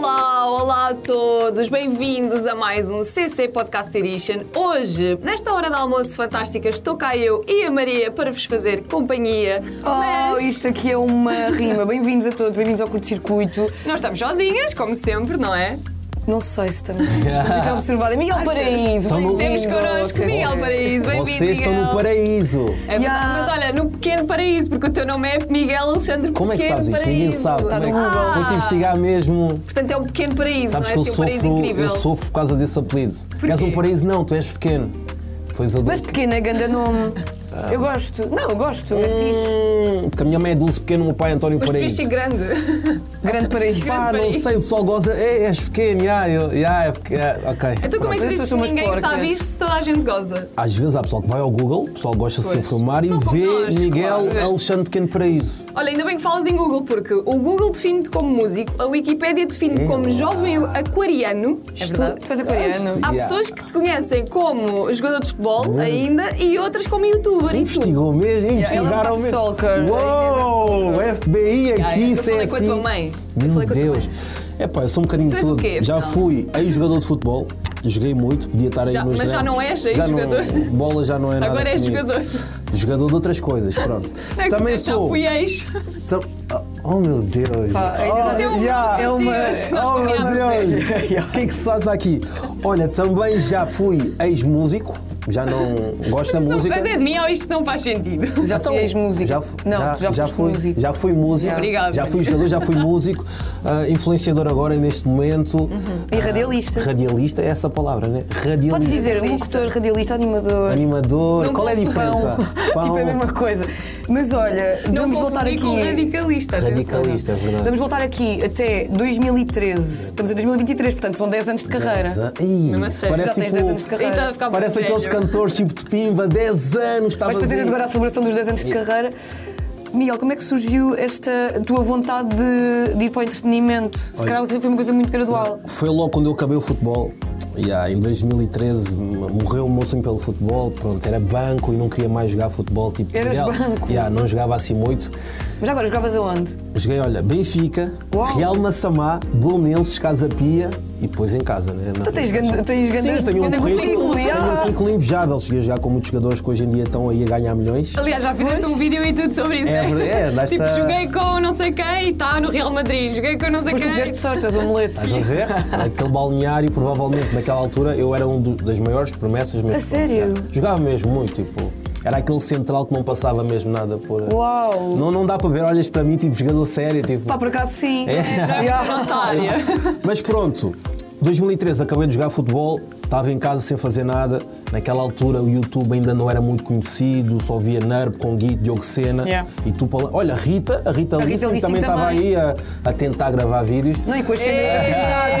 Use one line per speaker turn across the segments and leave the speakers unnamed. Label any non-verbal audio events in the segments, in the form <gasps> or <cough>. Olá a todos, bem-vindos a mais um CC Podcast Edition. Hoje, nesta hora de almoço fantástica, estou cá eu e a Maria para vos fazer companhia.
Oh, isto aqui é uma rima. Bem-vindos a todos, bem-vindos ao curto-circuito.
Nós estamos sozinhas, como sempre, não é?
Não sei se também. Estou a tentar observar. É Miguel Paraíso.
Estão
bem-vindo.
Temos connosco Miguel Paraíso, bem-vindo.
Vocês estão
Miguel.
no paraíso.
É verdade,
Yeah.
Mas olha, no pequeno paraíso, porque o teu nome é Miguel Alexandre
Como é que
Pequeno
sabes isto? Ninguém
Paraíso. Ah,
sabe.
Tá
Como é
no
que...
Google.
Foste investigar mesmo.
Portanto, é um pequeno paraíso,
Sabes que
não é?
eu
Assim, um paraíso
sofro,
incrível.
eu sofro por causa desse apelido. És um paraíso, não, tu és pequeno. Pois adulto.
Mas pequena, ganda nome. Eu gosto. Não, eu gosto. É fixe.
Hum, porque a minha mãe é Dulce Pequeno, o meu pai é António
Mas fixe e
Paraíso.
grande. <laughs>
Grande paraíso.
Pá, não
paraíso.
sei, o pessoal goza. Ei, és pequeno, já, eu, já, é pequeno. é, Ok.
Então, como é que
Pronto,
tu
estas
dizes que
são umas
ninguém sabe
porcas.
isso se toda a gente goza?
Às vezes há pessoal que vai ao Google, o pessoal gosta de se
Pois.
informar e
São como
vê
nós,
Miguel
claro.
Alexandre Pequeno Paraíso.
Olha, ainda bem que falas em Google, porque o Google define-te como músico, a Wikipédia
Hum.
define-te como jovem
Ah.
aquariano. É verdade.
Tu és aquariano.
Há
Yeah. Hum.
pessoas que te conhecem como jogador de futebol ainda e outras como youtuber e tudo.
Investigou mesmo, investigaram
bocado
mesmo.
é
stalker,
um
Uou, FBI aqui,
Ah, é. Eu falei
CSI.
com a tua mãe. Eu
Meu
falei com a tua
Deus.
mãe.
É pá, eu sou um bocadinho
Tu
de
és o
tudo.
quê,
já
afinal?
fui ex-jogador de futebol, joguei muito, podia estar aí
Já-
nos
mas já
grandes.
não és
Já não-
ex-jogador.
Bola já não é nada
Agora és
comigo.
jogador.
Jogador de outras coisas, pronto.
<laughs> É que
Também
disseste, Já
sou.
fui
<laughs>
ex.
Tam- Ah, Oh meu Deus.
Pá, ainda
Oh,
não-
É um-
yeah.
é uma-
Nós
Oh
<laughs>
meu
combinámos.
Deus! O que é que se faz aqui? Olha, também já fui ex-músico, já não gosto da
Não,
música.
Mas é de mim ou isto não faz sentido?
Já
Então,
fui ex-música.
Já, fu-
Não,
já,
tu já,
já
foste
fui
músico.
Já fui músico.
Obrigada.
Já fui jogador, já fui músico. <laughs> ah, influenciador agora neste momento.
Uhum. E radialista.
Ah, radialista é essa palavra, né? Radialista.
Podes dizer
Radialista.
locutor, radialista, animador.
Animador.
Não
Qual é a
Pão.
diferença?
<laughs> Tipo, é a mesma coisa. Mas olha,
Não
vamos voltar
confundir
aqui.
com um radicalista. atenção.
Radicalista, é verdade.
Vamos voltar aqui até 2013. Estamos em 2023, portanto são 10 anos de carreira.
Ih,
Mesmo a sério.
Já
parece
tens 10 anos de
tipo,
carreira.
Então, a ficar muito
parece aqueles
velho.
cantores tipo de Pimba, 10 anos. estava
Vais fazer
ali.
agora a celebração dos 10 anos de carreira. Miguel, como é que surgiu esta tua vontade de, de ir para o entretenimento? Se
Olha.
calhar foi uma coisa muito gradual.
Foi logo quando eu acabei o futebol. Yeah, em 2013 m- morreu o meu sonho pelo futebol, pronto, era banco e não queria mais jogar futebol. Tipo,
Eras
real.
banco?
Yeah, não jogava assim muito.
Mas agora, jogavas aonde?
Joguei, olha, Benfica,
Uau.
Real Massamá, Belenenses, Casa Pia e depois em casa, né?
Tu tens grande- tens grande-
Sim, tenho um
grande
currículo,
currículo,
tenho um
já.
currículo invejável. Cheguei a jogar com muitos jogadores que hoje em dia estão aí a ganhar milhões.
Aliás, já fizeste um vídeo e tudo sobre isso.
É
né?
verdade, é,
<laughs>
lá
Tipo,
está.
joguei com não sei quem e está no Real Madrid. Joguei com não sei
Foste tu
quem.
que deste sorte, és um moleto.
Estás a
<laughs>
ver? Naquele balneário, provavelmente naquela altura, eu era um do- das maiores promessas mesmo.
A sério?
Jogava mesmo muito, tipo. Era aquele central que não passava mesmo nada por.
Uau.
Não, não dá para ver, olhas para mim, tipo, jogador sério, tipo.
Pá, por acaso sim.
É.
Não é
Já.
muito a nossa área.
Mas pronto, 2013 acabei de jogar futebol, estava em casa sem fazer nada. Naquela altura o YouTube ainda não era muito conhecido, só via Nerb com Gui, Diogo Sena
Yeah.
e tu para lá- Olha, a Rita, a
Rita
Rita, Listing
Listing
também estava
também.
aí a, a tentar gravar vídeos.
Não, e com a cena é
Ei.
da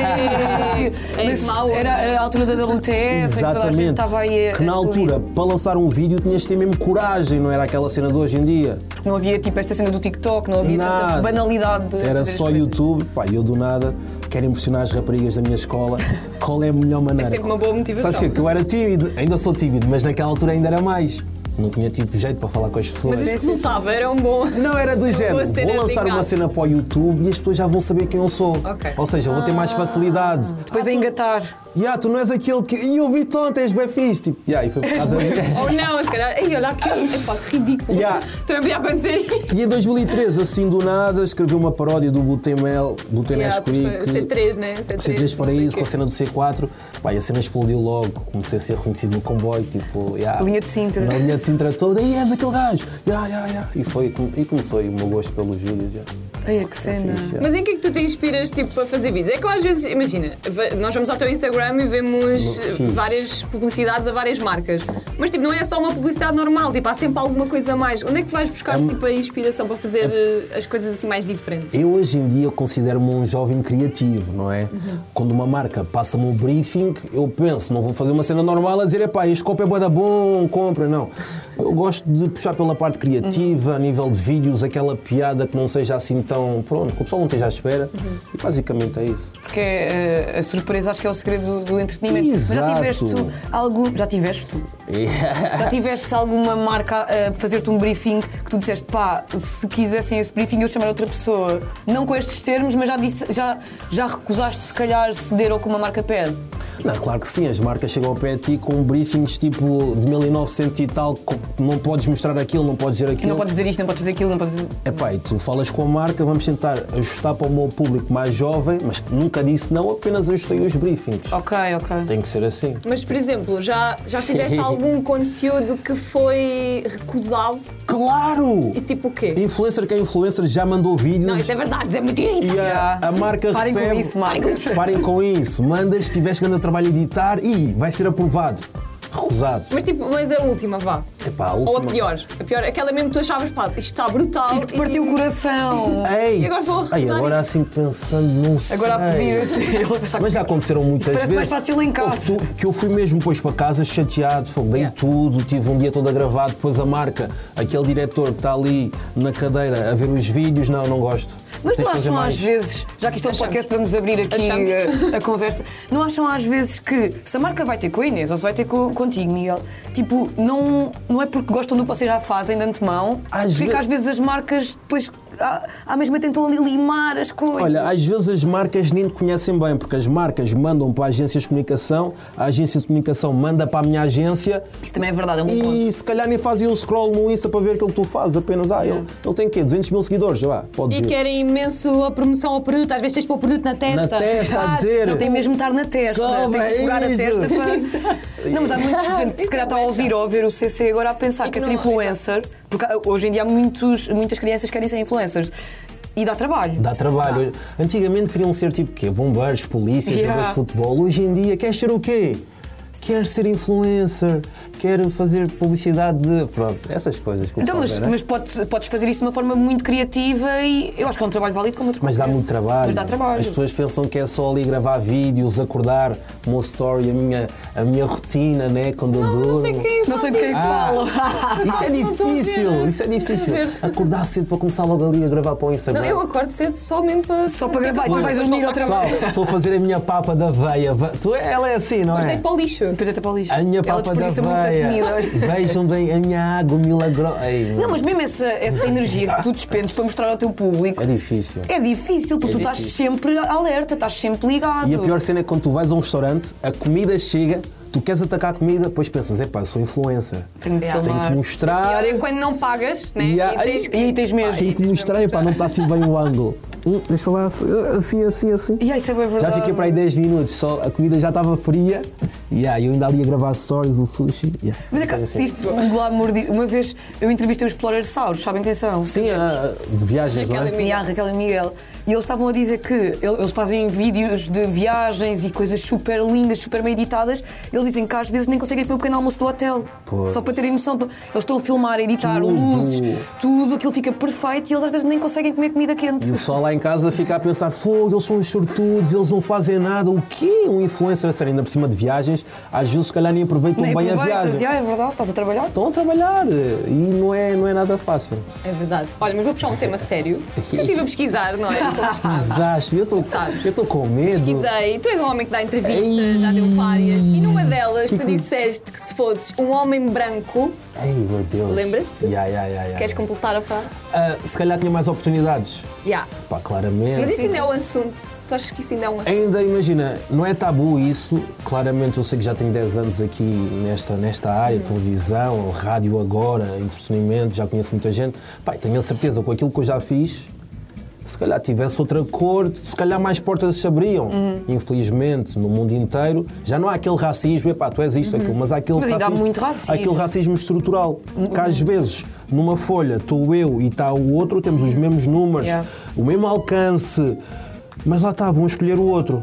Ei.
atividade.
Ei, mau.
é Mas era a altura da WTF, em É, que toda então a gente estava aí a-
que na
a
altura, para lançar um vídeo, tinhas de ter mesmo coragem, não era aquela cena de hoje em dia.
Porque não havia tipo esta cena do TikTok, não havia tanta
Nada.
banalidade. de
Era
fazer as
só
coisas.
YouTube, pá, eu do nada quero impressionar as raparigas da minha escola. Qual é a melhor maneira?
sempre uma boa motivação.
Sabes o quê? que eu era tímido, ainda sou tímido, mas naquela altura ainda era mais. Não tinha tipo jeito para falar com as pessoas.
Mas isso resultava, era um <laughs> bom.
Não era do
uma
género.
boa cena
Vou
de
lançar uma
engate.
cena para o YouTube e as pessoas já vão saber quem eu sou.
Ok.
Ou seja, vou ter mais
Ah.
facilidade.
Depois a engatar.
E ah, tu não és aquele que. E eu vi-te ontem, és bem fixe. Tipo, yeah, e foi por
<laughs>
causa de...
Ou Oh, não, se calhar. Ei, olha aqui. Epá, que ridículo.
Yeah.
Também podia acontecer isso.
E em 2013, assim do nada, escrevi uma paródia do Butemel, Butenesco
Yeah,
yeah,
pois foi C3, né?
C3 Paraíso, com a
não sei o quê.
cena do C4, pá, e a cena explodiu logo, comecei a ser reconhecido no comboio, tipo, yeah,
Linha de Sintra.
Na linha de Sintra toda, e és aquele gajo, yeah, yeah, yeah. E, foi, e começou aí o meu gosto pelos vídeos, yeah.
Ai, que cena.
Fixe, yeah.
Mas em que é que tu te inspiras tipo, para fazer vídeos? É que eu às vezes, imagina, va- nós vamos ao teu Instagram e vemos
No-
eh,
sim.
várias publicidades a várias marcas. Mas tipo, não é só uma publicidade normal, tipo, há sempre alguma coisa a mais. Onde é que vais buscar
É-
tipo, a inspiração para fazer eh, as coisas assim mais diferentes?
Eu hoje em dia considero-me um jovem criativo, não é? Quando uma marca passa-me um briefing, eu penso, não vou fazer uma cena normal a dizer, epá, este copo é bué da bom, compra, não. Eu gosto de puxar pela parte criativa, a nível de vídeos, aquela piada que não seja assim tão, pronto, que o pessoal não esteja à espera. E basicamente é isso.
Porque eh, a surpresa acho que é o segredo do, do entretenimento. Mas já
Exato. <laughs>
tiveste tu algo. Já tiveste tu Já tiveste alguma marca a fazer-te um briefing que tu disseste, pá, se quisessem esse briefing eu chamar outra pessoa? Não com estes termos, mas já, disse, já, já recusaste se calhar ceder ao que uma marca pede?
Não, claro que sim, as marcas chegam ao pé de ti com briefings tipo de 1900 e tal, com- não podes mostrar aquilo, não podes dizer aquilo.
Não podes dizer isto, não podes dizer aquilo, não podes dizer...
Epá, e tu falas com a marca, vamos tentar ajustar para o meu público mais jovem, mas nunca disse não, apenas ajustei os briefings.
Ok, ok.
Tem que ser assim.
Mas, por exemplo, já, já <laughs> fizeste algum conteúdo que foi recusado?
Claro!
E tipo o quê?
Influencer que é influencer já mandou vídeos.
Não, isso é verdade, é muito irritante.
E a,
Yeah.
a marca
Parem com
recebe.
isso, marcas.
Parem com isso. Mandas, se tiveres grande trabalho a editar e vai ser aprovado. Recusado.
Mas tipo, mas a última, vá.
Epá, a
Ou a
última-
pior. A pior, aquela mesmo que tu achavas, pá, isto está brutal.
E que te partiu o coração.
Ei,
E agora vou recusar
ai, agora assim pensando, não sei.
Agora a pedir assim, ele a pensar
Mas já aconteceram muitas
Parece
vezes.
mais fácil em casa.
Houve tu- que eu fui mesmo depois para casa chateado, fogo, dei
Yeah.
tudo, tive um dia todo a gravar, depois a marca, aquele diretor que está ali na cadeira a ver os vídeos, não, não gosto.
Mas
Tens
não
de fazer
acham
mais.
às vezes, já que isto é um
Achamos.
podcast, vamos abrir aqui
Achamos.
eh, a, conversa, não acham às vezes que se a marca vai ter com a Inês ou se vai ter co- contigo, Miguel, tipo, não, não é porque gostam do que vocês já fazem de antemão,
Às
porque
ve-
às vezes as marcas depois à, à mesma tentam ali limar as coisas.
Olha, às vezes as marcas nem te conhecem bem, porque as marcas mandam para agências de comunicação, a agência de comunicação manda para a minha agência
Isso também é verdade, é um bom ponto.
e se calhar nem fazem um scroll no Insta para ver aquilo que tu fazes, apenas, ah, ele, ele tem quê? 200 mil seguidores, já vá, pode
E
ver.
querem imenso a promoção ao produto, às vezes tens de pôr o produto na
Na
testa. Ah,
testa, a dizer.
Não tem mesmo de estar na testa, né?
Calma,
tem que segurar
é
a
isso.
testa
<laughs>
para. Não, mas há muita gente que se calhar está a ouvir ou a ver o CC agora a pensar
E
que é
que
ser
não-
influencer, porque há- hoje em dia há muitos, muitas crianças que querem ser influencers e dá trabalho.
Dá trabalho. Antigamente queriam ser tipo quê? Bombeiros, polícias,
Yeah.
jogadores de futebol. Hoje em dia queres ser o quê? Quer ser influencer, quer fazer publicidade de. Pronto, essas coisas que o
Então,
pessoal
mas,
quer, né?
mas podes, podes fazer isso de uma forma muito criativa e eu acho que é um trabalho válido como outro
Mas dá
qualquer.
muito trabalho.
Mas dá trabalho.
As pessoas pensam que é só ali gravar vídeos, acordar, o meu story, a minha, a minha rotina, né? Quando eu durmo.
Não sei quem
Não sei de quem é que
Ah.
faz
falo.
Isso é
Ah, <laughs> não estou a ver.
difícil, isso é difícil.
Não estou a ver.
Acordar cedo para começar logo ali a gravar para o
isso.
Instagram.
Não, eu acordo cedo só mesmo para.
Só para gravar e
Depois
depois vais dormir
volto
outra
Pessoal,
vez.
estou a fazer a minha papa da veia. Va- Tu, ela é assim, não
Depois
é?
deito para o lixo.
Depois até para o lixo.
A minha
Ela
papa <laughs> da
desperdiça muita
veia.
comida.
Vejam bem a minha água milagrosa. Ei,
Não,
mano,
mas mesmo essa, essa energia que tu despendes para mostrar ao teu público
É difícil.
É difícil, porque
É
tu estás
difícil.
sempre alerta, estás sempre ligado.
E a pior cena é quando tu vais a um restaurante, a comida chega, tu queres atacar a comida, depois pensas, epá, eu sou influencer.
Tenho de
Yeah.
Tenho
filmar.
que mostrar.
Pior é quando não pagas, né?
Yeah.
E tens
Ai,
que-
E aí tens mesmo.
Tenho que mostrar, epá, não está assim bem o ângulo. Hum, deixa lá assim, assim, assim.
E aí, isso é bem
Já
verdade.
fiquei para aí 10 minutos, só a comida já estava fria. E yeah, eu ainda ali a gravar stories, o sushi. Yeah. então, assim.
Mas é que isto, um glamour de- Uma vez eu entrevistei os Plorersaurus, sabem quem são?
Sim, ah, de viagens, não
Aquela
é?
minha-
E a Raquel e Miguel. E eles estavam a dizer que ele- eles fazem vídeos de viagens e coisas super lindas, super bem editadas. Eles dizem que às vezes nem conseguem comer o pequeno almoço do hotel.
Pois.
Só para terem noção. do- Eles estão a filmar, a editar,
Tudo.
luzes, tudo, aquilo fica perfeito e eles às vezes nem conseguem comer comida quente.
E o pessoal lá em casa fica a pensar: fogo, eles são uns sortudos, eles não fazem nada. O quê? Um influencer a sério, ainda por cima de viagens, às vezes se calhar nem aproveitam
Nem
bem a
aproveitas,
viagem.
já, é verdade, estás a trabalhar?
Estão a trabalhar e não é, não é nada fácil.
É verdade. Olha, mas vou puxar um tema sério. Eu estive a pesquisar,
<laughs>
não é? Como sabes.
Desastre, eu estou-
Sabes.
eu estou com medo.
Pesquisei. Tu és um homem que dá entrevistas,
Ei.
já deu várias. E numa delas tu
Tipo-
disseste que se fosses um homem branco,
Ei, meu Deus.
Lembras-te?
Ya, ya, ya, ya,
queres
ya.
completar a frase?
Ah, se calhar tinha mais oportunidades.
Yeah.
Pá, claramente.
Mas isso ainda é um assunto. Tu achas que isso ainda é um assunto?
Ainda imagina, não é tabu isso, claramente eu sei que já tenho 10 anos aqui nesta, nesta
Uhum.
área, televisão, rádio agora, entretenimento, já conheço muita gente. Pai, tenho a certeza, com aquilo que eu já fiz, se calhar tivesse outra cor, se calhar mais portas se abriam.
Uhum.
Infelizmente, no mundo inteiro, já não há aquele racismo, epá, tu és isto, aquilo, mas há aquele
Uhum. Mas ainda há
racismo,
muito racismo.
aquele racismo estrutural, que às vezes numa folha estou eu e está o outro, temos os mesmos números,
Yeah.
o mesmo alcance, mas lá está, vão escolher o outro.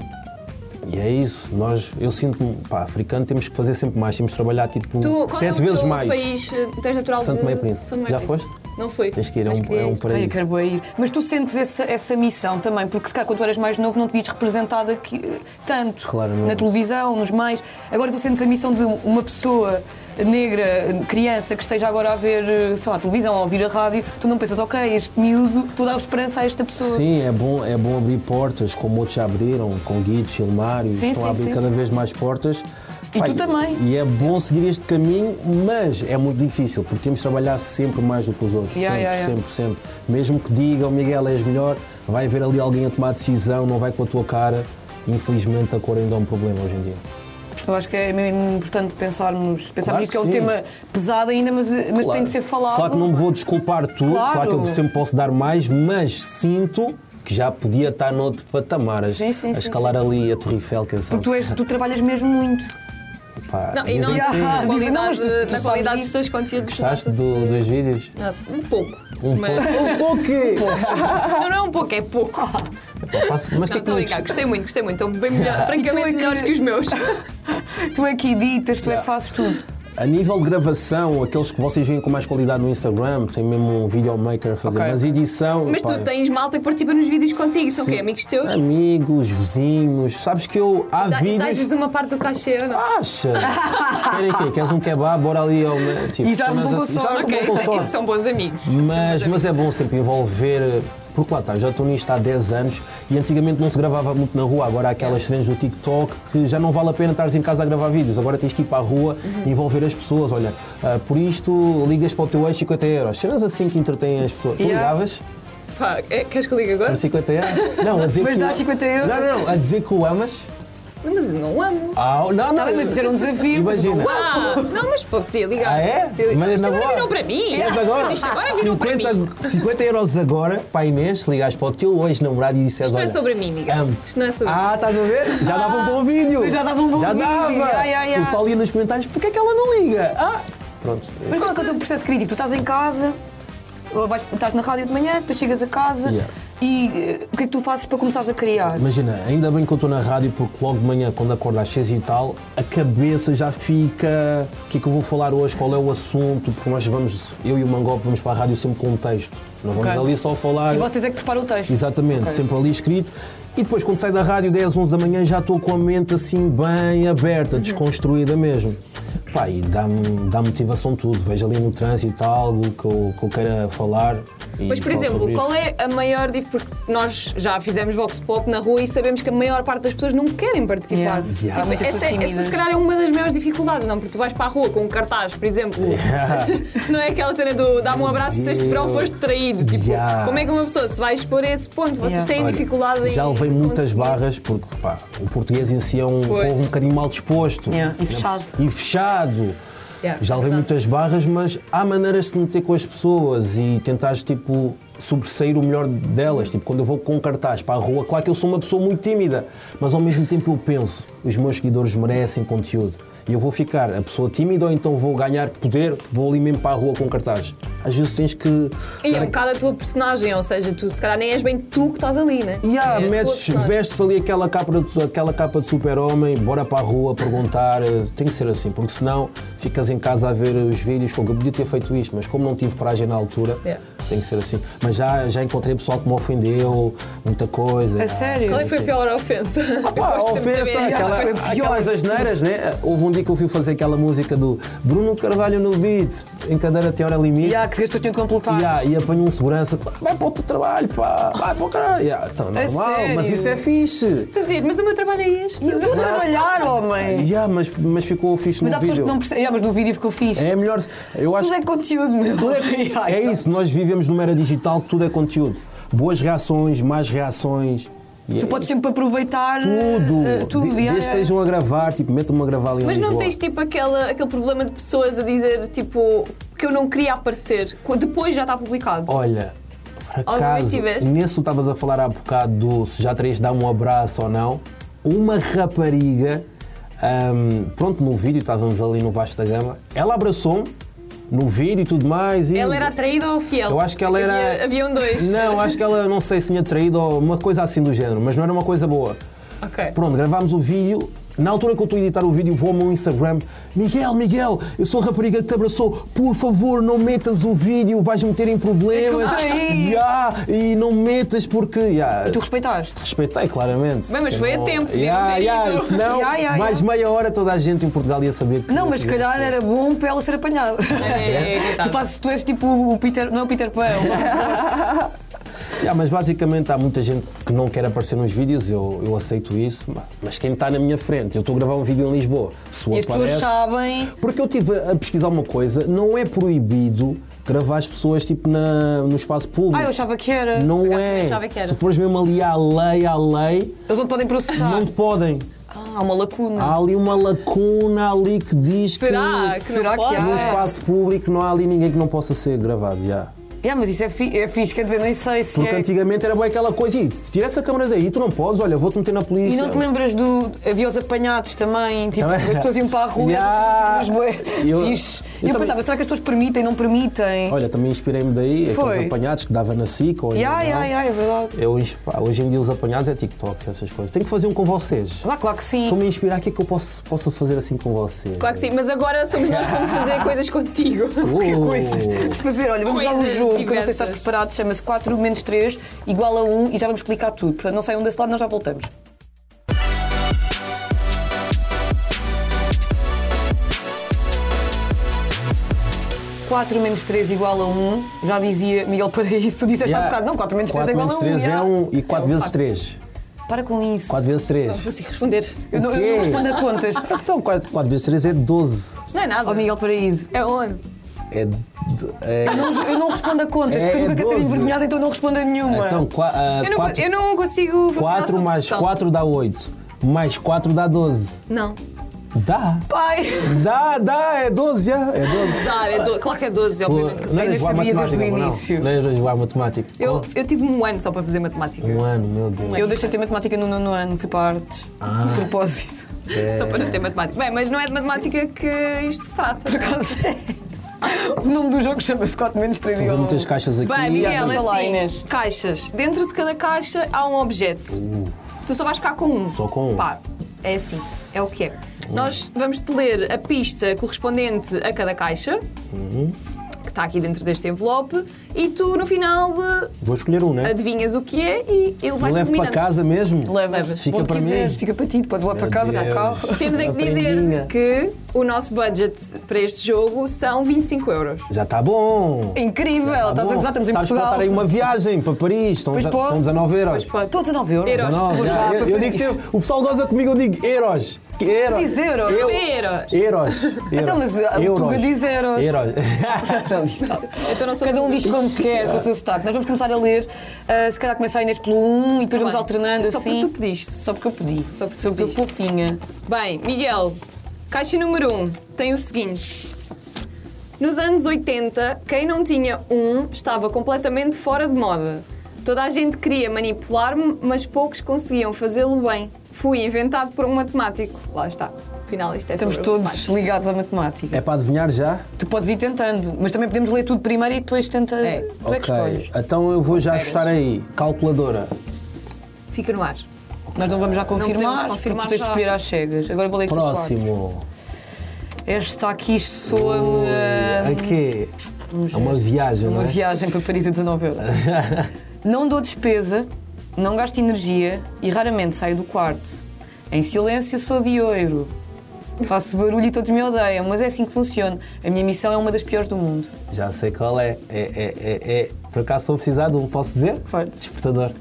E é isso, nós, eu sinto que, pá, africano temos que fazer sempre mais, temos que trabalhar
Tu,
tipo
qual é o
sete
teu
vezes mais.
País, eh, tu és natural
Santo
de...
Tomé e Príncipe.
Santo Tomé e
Já
Príncipe.
foste?
Não fui.
Tens que ir, é
Mas
um,
queria
é um
ir.
Ai, eu
paraíso.
quero bué ir. Mas tu sentes essa, essa missão também, porque se calhar quando tu eras mais novo não te vias representada aqui, eh, tanto
Claramente.
na televisão, nos meios. Agora tu sentes a missão de uma pessoa negra, criança, que esteja agora a ver, eh, sei lá, a televisão ou a ouvir a rádio, tu não pensas, ok, este miúdo, tu dás esperança a esta pessoa.
Sim, é bom, é bom abrir portas, como outros já abriram, com Guido, Silmário,
Sim,
estão
sim,
a abrir
sim.
cada vez mais portas.
E
Pá,
tu também.
E é bom seguir este caminho, mas é muito difícil, porque temos de trabalhar sempre mais do que os outros.
Yeah,
sempre,
yeah, yeah.
sempre, sempre. Mesmo que digam, Miguel, és melhor, vai haver ali alguém a tomar decisão, não vai com a tua cara. Infelizmente, a cor ainda é um problema hoje em dia.
Eu acho que é mesmo importante pensarmos,
Claro
pensarmos nisto, que é
que
um
sim.
tema pesado ainda, mas, eh, mas tem de ser falado.
Claro que não me vou desculpar tudo, claro.
Claro.
que eu sempre posso dar mais, mas sinto que já podia estar noutro patamar, a,
Sim, sim,
a
sim,
escalar ali a Torre Eiffel, quem sabe.
Porque tu, és, tu trabalhas mesmo
<laughs>
muito.
Pá,
Não, e
mas
não
eu
Yeah.
dizem
Ah,
na
dizem, não, mas
qualidade,
tu-
na
tu sabes
qualidade
disso.
dos teus conteúdos.
Gostaste
nota-se-
do- dos vídeos?
nota-se Um pouco.
Um
mas-
pouco. O quê?
<laughs> Não, não é um pouco, é
<laughs>
pouco.
Pá, faço- Mas o
Não,
que é que
estou a
não
brincar, gostei muito, gostei muito. Estão
<laughs>
bem melhor,
E tu é
francamente
que-
melhores que os meus.
Tu é que editas, tu é que fazes tudo.
A nível de gravação, aqueles que vocês veem com mais qualidade no Instagram, tem mesmo um videomaker a fazer,
Ok.
mas edição.
Mas
pá,
tu tens malta que participa nos vídeos contigo, são o quê?
é. sim. Ah,
Amigos teus?
Amigos, vizinhos. Sabes que eu. Há
Dá- um- e
vídeos. Ah,
Dás-lhes uma parte do cachê, ou não? <laughs>
Acha? Querem o quê? Queres um kebab? Bora ali ao. Tipo,
E já me
cenas
vou com
assim. Já
sorte,
me
Ok,
vou com
isso- é
sorte.
isso são bons amigos.
Mas, mas é bom sempre envolver. eh, Porque lá está, já estou nisto há 10 anos e antigamente não se gravava muito na rua, agora há aquelas trends do TikTok que já não vale a pena estares em casa a gravar vídeos, agora tens que ir para a rua
Uhum.
e envolver as pessoas. Olha, ah, por isto ligas para o teu ex 50 euros. Cenas assim que entretêm as pessoas. Tu
Yeah.
ligavas
Pá, é- queres que eu ligue agora?
por 50 euros? Não, a dizer
Mas
que.
dá 50 euros?
Não, não, não, a dizer que o amas.
Não, Mas eu não amo.
Ah, não, não.
Tá bem, mas isso era um desafio, mas eu
Imagina.
Ah, não, mas pô, podia ligar.
Ah, é?
Podia ligar.
Mas
Mas isto
na
agora
boa.
virou para mim.
Mas agora,
Mas isto agora virou para mim.
50 50 euros agora para a Inês, se ligares para o teu hoje namorado e disseres
Isto não é
olha,
sobre mim, Miguel.
amo-te.
Isto não é sobre Ah,
Ah, estás a ver? Já dava um bom vídeo.
já dava um bom
já
vídeo.
Dava.
Ai, ai, ai.
O pessoal ia nos comentários, porquê é que ela não liga? Ah, pronto.
Mas qual é, que é o teu processo criativo? Tu estás em casa, ou vais, estás na rádio de manhã, depois chegas a casa
Yeah.
e eh, o que é que tu fazes para começares a criar?
Imagina, ainda bem que eu estou na rádio porque logo de manhã, quando acordo às 6 e tal, a cabeça já fica. O que é que eu vou falar hoje? Qual é o assunto? Porque nós vamos, eu e o Mangop, vamos para a rádio sempre com um texto. Não vamos
Ok.
ali só falar.
E vocês é que preparam o texto.
Exatamente, sempre ali escrito. E depois, quando saio da rádio, 10, 11 da manhã, já estou com a mente assim bem aberta,
Uhum.
desconstruída mesmo. Pá, e dá-me dá motivação tudo. Vejo ali no trânsito algo que eu, que eu queira falar. e
Mas, por
falo sobre
exemplo,
isso.
qual é a maior dif- Porque nós já fizemos Vox Pop na rua e sabemos que a maior parte das pessoas não querem participar. Tipo,
Yeah.
Yeah. né? Há
muitas
Essa,
pessoas
essa,
tímidas.
se calhar, é uma das maiores dificuldades, não? Porque tu vais para a rua com um cartaz, por exemplo. <laughs> não é aquela cena do dá-me um abraço se este verão
Deus.
foste traído. Tipo,
Yeah.
como é que uma pessoa se vai expor a esse ponto? Vocês
Yeah.
têm
Olha,
dificuldade em.
Já levei muitas
conseguir-
barras porque pá, o português em si é um
Pois.
povo um bocadinho mal disposto. né?
Yeah, e fechado.
E fechado.
Yeah,
já
é
levei
verdade.
muitas barras, mas há maneiras de se meter com as pessoas e tentar tipo, sobressair o melhor delas. Tipo, quando eu vou com um cartaz para a rua, claro que eu sou uma pessoa muito tímida, mas ao mesmo tempo eu penso, os meus seguidores merecem conteúdo. E eu vou ficar a pessoa tímida ou então vou ganhar poder, vou ali mesmo para a rua com cartaz. Às vezes tens que.
E
dar
é um bocado a tua personagem, ou seja, tu se calhar nem és bem tu que estás ali, né?
E há,
É a tua
metes,
personagem.
vestes ali aquela capa, de, aquela capa de super-homem, bora para a rua perguntar. eh, Tem que ser assim, porque senão ficas em casa a ver os vídeos. Fogo, eu podia ter feito isto, mas como não tive coragem na altura,
Yeah.
tem que ser assim. Mas já, já encontrei pessoal que me ofendeu, muita coisa.
A sério?
Qual é que foi a
sim.
pior ofensa?
Ah, Pá,
Gosto sempre de
ofensa,
saber.
aquela,
Acho que foi pior
aquelas
que
asneiras, né? Houve um dia que eu fui fazer aquela música do Bruno Carvalho no beat, em cadeira tem hora limite.
E há que as pessoas tinham de completar.
Yeah, e apanho um segurança, "Ah, vai para o teu trabalho, pá, vai para o caralho. Yeah, então,
A
normal, mas
sério?
isso é fixe.
Tu dizes, mas o meu trabalho é este.
E eu estou a trabalhar, homem!
Yeah, ah, mas, mas ficou fixe
É. Mas
no
há pessoas
vídeo.
que não percebem. Yeah, mas no vídeo ficou fixe.
É melhor. Eu acho
Tudo é conteúdo, meu. <laughs> Tudo
que é isso, nós vivemos numa era digital que tudo é conteúdo. Boas reações, más reações. E
Tu
é
podes
isso.
sempre aproveitar
tudo.
eh, tudo. yeah,
De- desde que
yeah.
estejam a gravar, tipo, metam-me a gravar ali em
Mas não
Lisboa.
tens tipo aquela, aquele problema de pessoas a dizer tipo que eu não queria aparecer, co- depois já está publicado.
Olha, por
Alguma vez
acaso,
tiveste?
nisso estavas a falar há bocado do se já terias de dar um abraço ou não, uma rapariga, ahm, pronto, no vídeo, estávamos ali no Vasco da Gama, ela abraçou-me no vídeo e tudo mais. E
Ela era atraída ou fiel?
Eu acho que ela era.
Havia, haviam dois. <laughs>
Não, acho que ela não sei se tinha traído ou uma coisa assim do género, mas não era uma coisa boa.
Ok.
Pronto, gravámos o vídeo. Na altura que eu estou a editar o vídeo, vou ao meu Instagram. Miguel, Miguel, eu sou a rapariga que te abraçou. Por favor, não metas o vídeo, vais meter em problemas.
É que eu traí.
Ya, e não metas porque. ya,
E tu respeitaste.
Respeitei, claramente.
Bem, mas foi a
Não-
tempo, podia
Ya,
não ter
ya,
ido.
senão,
Ya, ya,
mais
ya.
meia hora toda a gente em Portugal ia saber que.
Não, mas se calhar era bom para ela ser apanhada.
É, é, é, é,
Tu,
tá.
<laughs>
fazes, tu és tipo o Peter. Não é o Peter Pan, é o Bob Esponja.
Yeah, mas basicamente há muita gente que não quer aparecer nos vídeos, eu, eu aceito isso, ma- mas quem está na minha frente, eu estou a gravar um vídeo em Lisboa, se o
E as pessoas
aparece-
sabem.
Porque eu estive a pesquisar uma coisa, não é proibido gravar as pessoas tipo na, no espaço público.
Ah, eu achava que era.
Não
acaso também
é.
achava que era.
Se fores mesmo ali à lei, à lei,
Eles não te podem processar.
não te podem.
Ah, há uma lacuna.
Há ali uma lacuna ali que diz
Será que,
será É.
não pode?
que há?
no espaço público não há ali ninguém que não possa ser gravado. já.
Yeah, mas isso é, fi é fixe, quer dizer, nem sei se
Porque
é.
antigamente era bem aquela coisa, e se tirar essa câmera daí, tu não podes, olha, vou-te meter na polícia.
E não te lembras do. Havia os apanhados também, tipo, as pessoas iam para a rua,
Yeah.
mas bué
Eu-
fixe.
eu
E eu
também-
pensava, será que as pessoas permitem, não permitem?
Olha, também inspirei-me daí,
Foi.
aqueles apanhados que dava na SIC. Ou em
Yeah,
jornal.
yeah, yeah, é verdade.
Eu, ins- pá, hoje em dia os apanhados é TikTok, essas coisas. Tenho que fazer um com vocês.
Lá, claro que sim.
Estou-me a inspirar, o que é que eu posso, posso fazer assim com vocês?
Claro que sim, mas agora somos nós que vamos
<laughs>
fazer coisas contigo.
Qualquer
Oh.
é coisa de fazer. Olha, vamos dar um
Coisas
jogo que eu não sei se
diversas.
estás preparado, chama-se 4 menos 3 igual a 1 e já vamos explicar tudo. Portanto, não saiam desse lado, nós já voltamos. Quatro menos 3 igual a 1, já dizia Miguel Paraíso, tu disseste há
Yeah.
bocado, não, 4 menos 3 é
Quatro
igual
menos
a 1.
três é um e 4 vezes 3.
Para com isso.
4 vezes 3.
Não consigo responder.
Eu, não, eu não
quê?
respondo a contas.
<laughs> Então 4, vezes 3 é 12.
Não é nada.
Ó Miguel Paraíso,
É 11.
É. d- é-
eu não, eu não respondo a contas,
É
porque eu nunca quero ser
12.
envergonhada, então não respondo a nenhuma.
então
Eu não, co- eu
4
não consigo fazer nossa
mais
produção.
4 dá 8. Mais 4 dá 12.
Não.
Dá.
Pai!
Dá, dá, é 12 já. É 12.
Dá, é do... Claro que é 12, obviamente que eu
Não
sei.
ainda
eras boa à
sabia desde o
matemática, não?
início.
Não eras boa à matemática.
Eu, eu tive um ano só para fazer matemática.
Um ano, meu Deus.
Eu deixei de ter matemática no nono ano, fui para artes.
Ah.
De propósito.
Só para não ter matemática. Bem, mas não é de matemática que isto se trata.
Por acaso é. O nome do jogo chama-se 4 menos 3
Tive
igual a
muitas
um.
caixas aqui.
Bem, Miguel,
Conta lá,
é
Inês.
assim, caixas. Dentro de cada caixa há um objeto. Tu só vais ficar com um.
Só com um.
Pá, é assim, é o que é. Nós vamos-te ler a pista correspondente a cada caixa, que está aqui dentro deste envelope, e tu, no final, eh,
Vou escolher um, né?
adivinhas o que é e ele vai-te
Levo para
eliminando.
casa mesmo.
Levas.
Fica
Onde
para mim.
quiseres, fica para ti, depois vou lá para
Meu
casa, para o
Deus.
carro.
Temos é que
Aprendinha.
dizer que o nosso budget para este jogo são 25 euros.
Já está bom.
É Incrível,
Tá
estás a
bom.
gozar, estamos em
Sabes
Portugal.
pode estar aí uma viagem para Paris, estão,
Pois
deza-
pode.
estão 19 euros.
pode.
Todos a 9 euros.
Euros.
Não,
Vou
já,
já
eu,
para
eu
Paris.
digo sempre, o pessoal goza comigo, eu digo euros. Que euros.
Diz euros.
Eu,
Euros.
Euros.
Então, mas, ah, o Tuga diz euros.
Euros. Não, isto-
<laughs>
Então não sou
Cada um
muito-
diz como quer, com o seu sotaque. Nós vamos começar a ler, ah, se calhar começar a Inês pelo 1 e depois vamos
Bem,
alternando
só
assim.
porque tu pediste.
Só porque eu pedi.
Só porque tu
Sou eu
pediste.
fofinha.
Bem, Miguel, caixa número 1 um tem o seguinte. Nos anos 80, quem não tinha um estava completamente fora de moda. Toda a gente queria manipular-me, mas poucos conseguiam fazê-lo bem. Fui inventado por um matemático. Lá está. Afinal, isto é
Estamos
sobre
todos
matemática.
ligados à matemática.
É para adivinhar já?
Tu podes ir tentando, mas também podemos ler tudo primeiro e depois tentas.
É.
Tu é que escolhes. é
Então eu vou já chutar aí. Calculadora.
Fica no ar.
Nós não vamos já confirmar,
podemos confirmar
porque tu tens de
já.
escolher às cegas. Agora vou ler aqui o
Próximo.
quatro. Esta aqui soa-me a
Aqui. É uma viagem, não
uma
é?
viagem para Paris a 19
<laughs>
euros. não dou despesa, não gasto energia e raramente saio do quarto. Em silêncio sou de ouro. Faço barulho e todos me odeiam, mas é assim que funciona. A minha missão é uma das piores do mundo.
Já sei qual é. É, é, é, é. Por acaso estou a precisar de um, posso dizer?
Podes.
Despertador.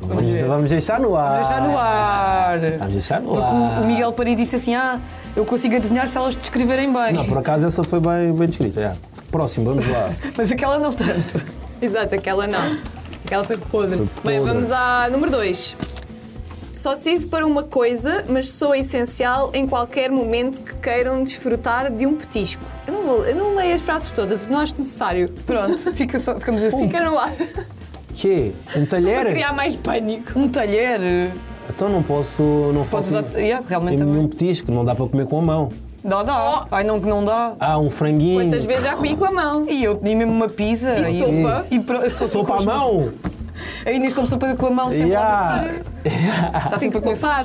Vamos,
ver.
vamos deixar no ar.
Vamos deixar no ar.
Vamos deixar Ah. no
Porque
ar.
o- o Miguel Paris disse assim: Ah, eu consigo adivinhar se elas descreverem bem.
Não, por acaso essa foi bem, bem descrita. é. Próximo, vamos lá.
<laughs> Mas aquela não tanto.
Exato, aquela não. Aquela foi podre.
Foi
Bem,
podre.
vamos à número 2. Só sirvo para uma coisa, mas sou essencial em qualquer momento que queiram desfrutar de um petisco. Eu não, vou, eu não leio as frases todas, não acho necessário.
Pronto, fica só- ficamos assim.
Fica no ar.
Quê? Um
Para
talher?
criar mais pânico.
Um talher.
Então não posso. Não
Podes
faço
usar. Yeah, realmente também.
nenhum petisco, não dá para comer com a mão.
Dá, dá. Ai não, que não dá.
Ah, um franguinho.
Quantas vezes já comi com a mão.
E eu comi mesmo uma pizza.
E sopa.
E, pro- sopa,
Sopa
com
à
os-
mão?
A Inês come sopa com a mão sempre lá
Yeah.
assim.
Tem que
Está sempre a
se
comer.
poupar.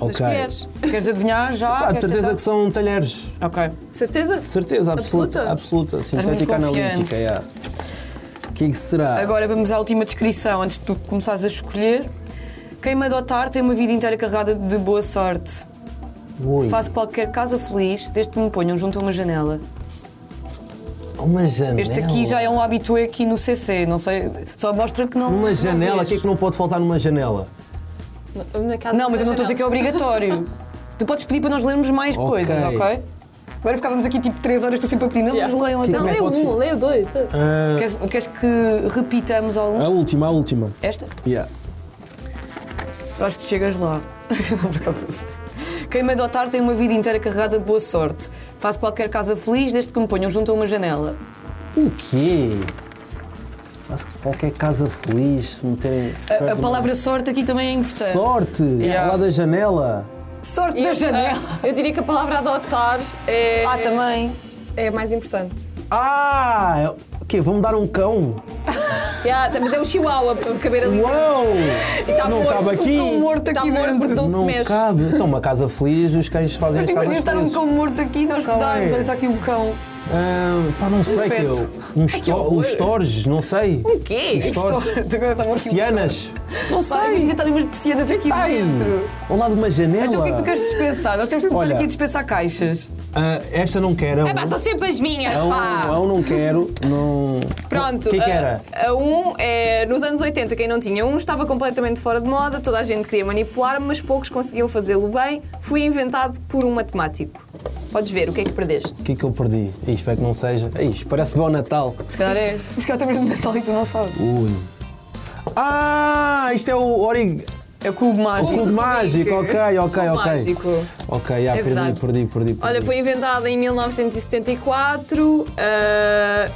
Ok.
Das mulheres.
Queres adivinhar já?
Pá, Ah, de
Queres
certeza
tentar?
que são talheres.
Ok.
Certeza?
De certeza, absoluta. Absoluta. Sintética
muito confiante.
analítica, é. O que é que será?
Agora vamos à última descrição, antes de tu começares a escolher. Quem me adotar tem uma vida inteira carregada de boa sorte.
Ui.
Faço qualquer casa feliz, desde que me ponham junto a uma janela.
Uma janela.
Este aqui já é um habitué aqui no CC, não sei, só mostra que não.
Uma
não
janela, o
vês.
que é que não pode faltar numa janela?
Na casa
Não, mas
da
eu não estou a dizer que é
janela. <laughs>
obrigatório. tu podes pedir para nós lermos mais
Ok.
coisas, ok? Agora ficávamos aqui tipo 3 horas, estou sempre a pedir, não,
Yeah.
mas leiam
Que-
até.
Não,
Como é que
leio
pode
um,
ser?
leio dois.
Queres, queres que repitamos algum?
A última, a última.
Esta?
Yeah.
Eu Acho que chegas lá. <laughs> Não, por causa disso. Quem me adotar tem uma vida inteira carregada de boa sorte. Faço qualquer casa feliz desde que me ponham junto a uma janela.
O quê? Acho que Qualquer casa feliz, se meterem.
A, a palavra sorte aqui também é importante.
Sorte!
Yeah.
Ao lado da janela!
Sorte
Eu-
da janela!
ah, Eu diria que a palavra adotar é,
Ah, também.
é mais importante.
Ah! O quê? Vamos dar um cão?
Yeah, tá- mas é um chihuahua para caber ali.
Uau!
Tá
não
morto,
cabe aqui!
Um cão morto
Está
aqui
morto,
dentro.
não se
Não
mexe.
cabe! Então, uma casa feliz, os cães fazem as
Imagina
casas
estar um
felizes.
cão morto aqui e nós
Calma
pedarmos.
aí.
Olha, está aqui um cão.
Ah, pá, não sei que
feto.
eu.
<laughs>
Um sto-
horror.
Os torges, não sei.
O quê?
Os
Estou... <laughs>
torges.
Agora está um morto.
Cianas!
Não sei. Imagina estarem umas persianas aqui
Ai,
dentro.
Ao lado de uma janela!
Então o que é que tu queres dispensar? Nós temos que começar
Olha.
aqui a dispensar caixas.
Ah, esta não quero.
É pá, são sempre as minhas,
A um,
pá.
a um não quero. Não...
Pronto,
O que é que
a-
ah.
era?
A, um, é, nos anos 80, quem não tinha um estava completamente fora de moda, toda a gente queria manipular-me, mas poucos conseguiam fazê-lo bem. Fui inventado por um matemático. Podes ver o que é que perdeste.
O que é que eu perdi? Ih, Espero que não seja. Ih, Isto parece bom Natal.
Se calhar é. Se calhar
um
estamos no Natal e tu não sabes.
Ui. Ah, isto é o Orig.
É o cubo
O
mágico.
cubo mágico, ok, ok,
Cubo
ok.
mágico.
Ok, já
É
perdi,
verdade.
perdi, perdi, perdi.
Olha, foi inventado em 1974. ah,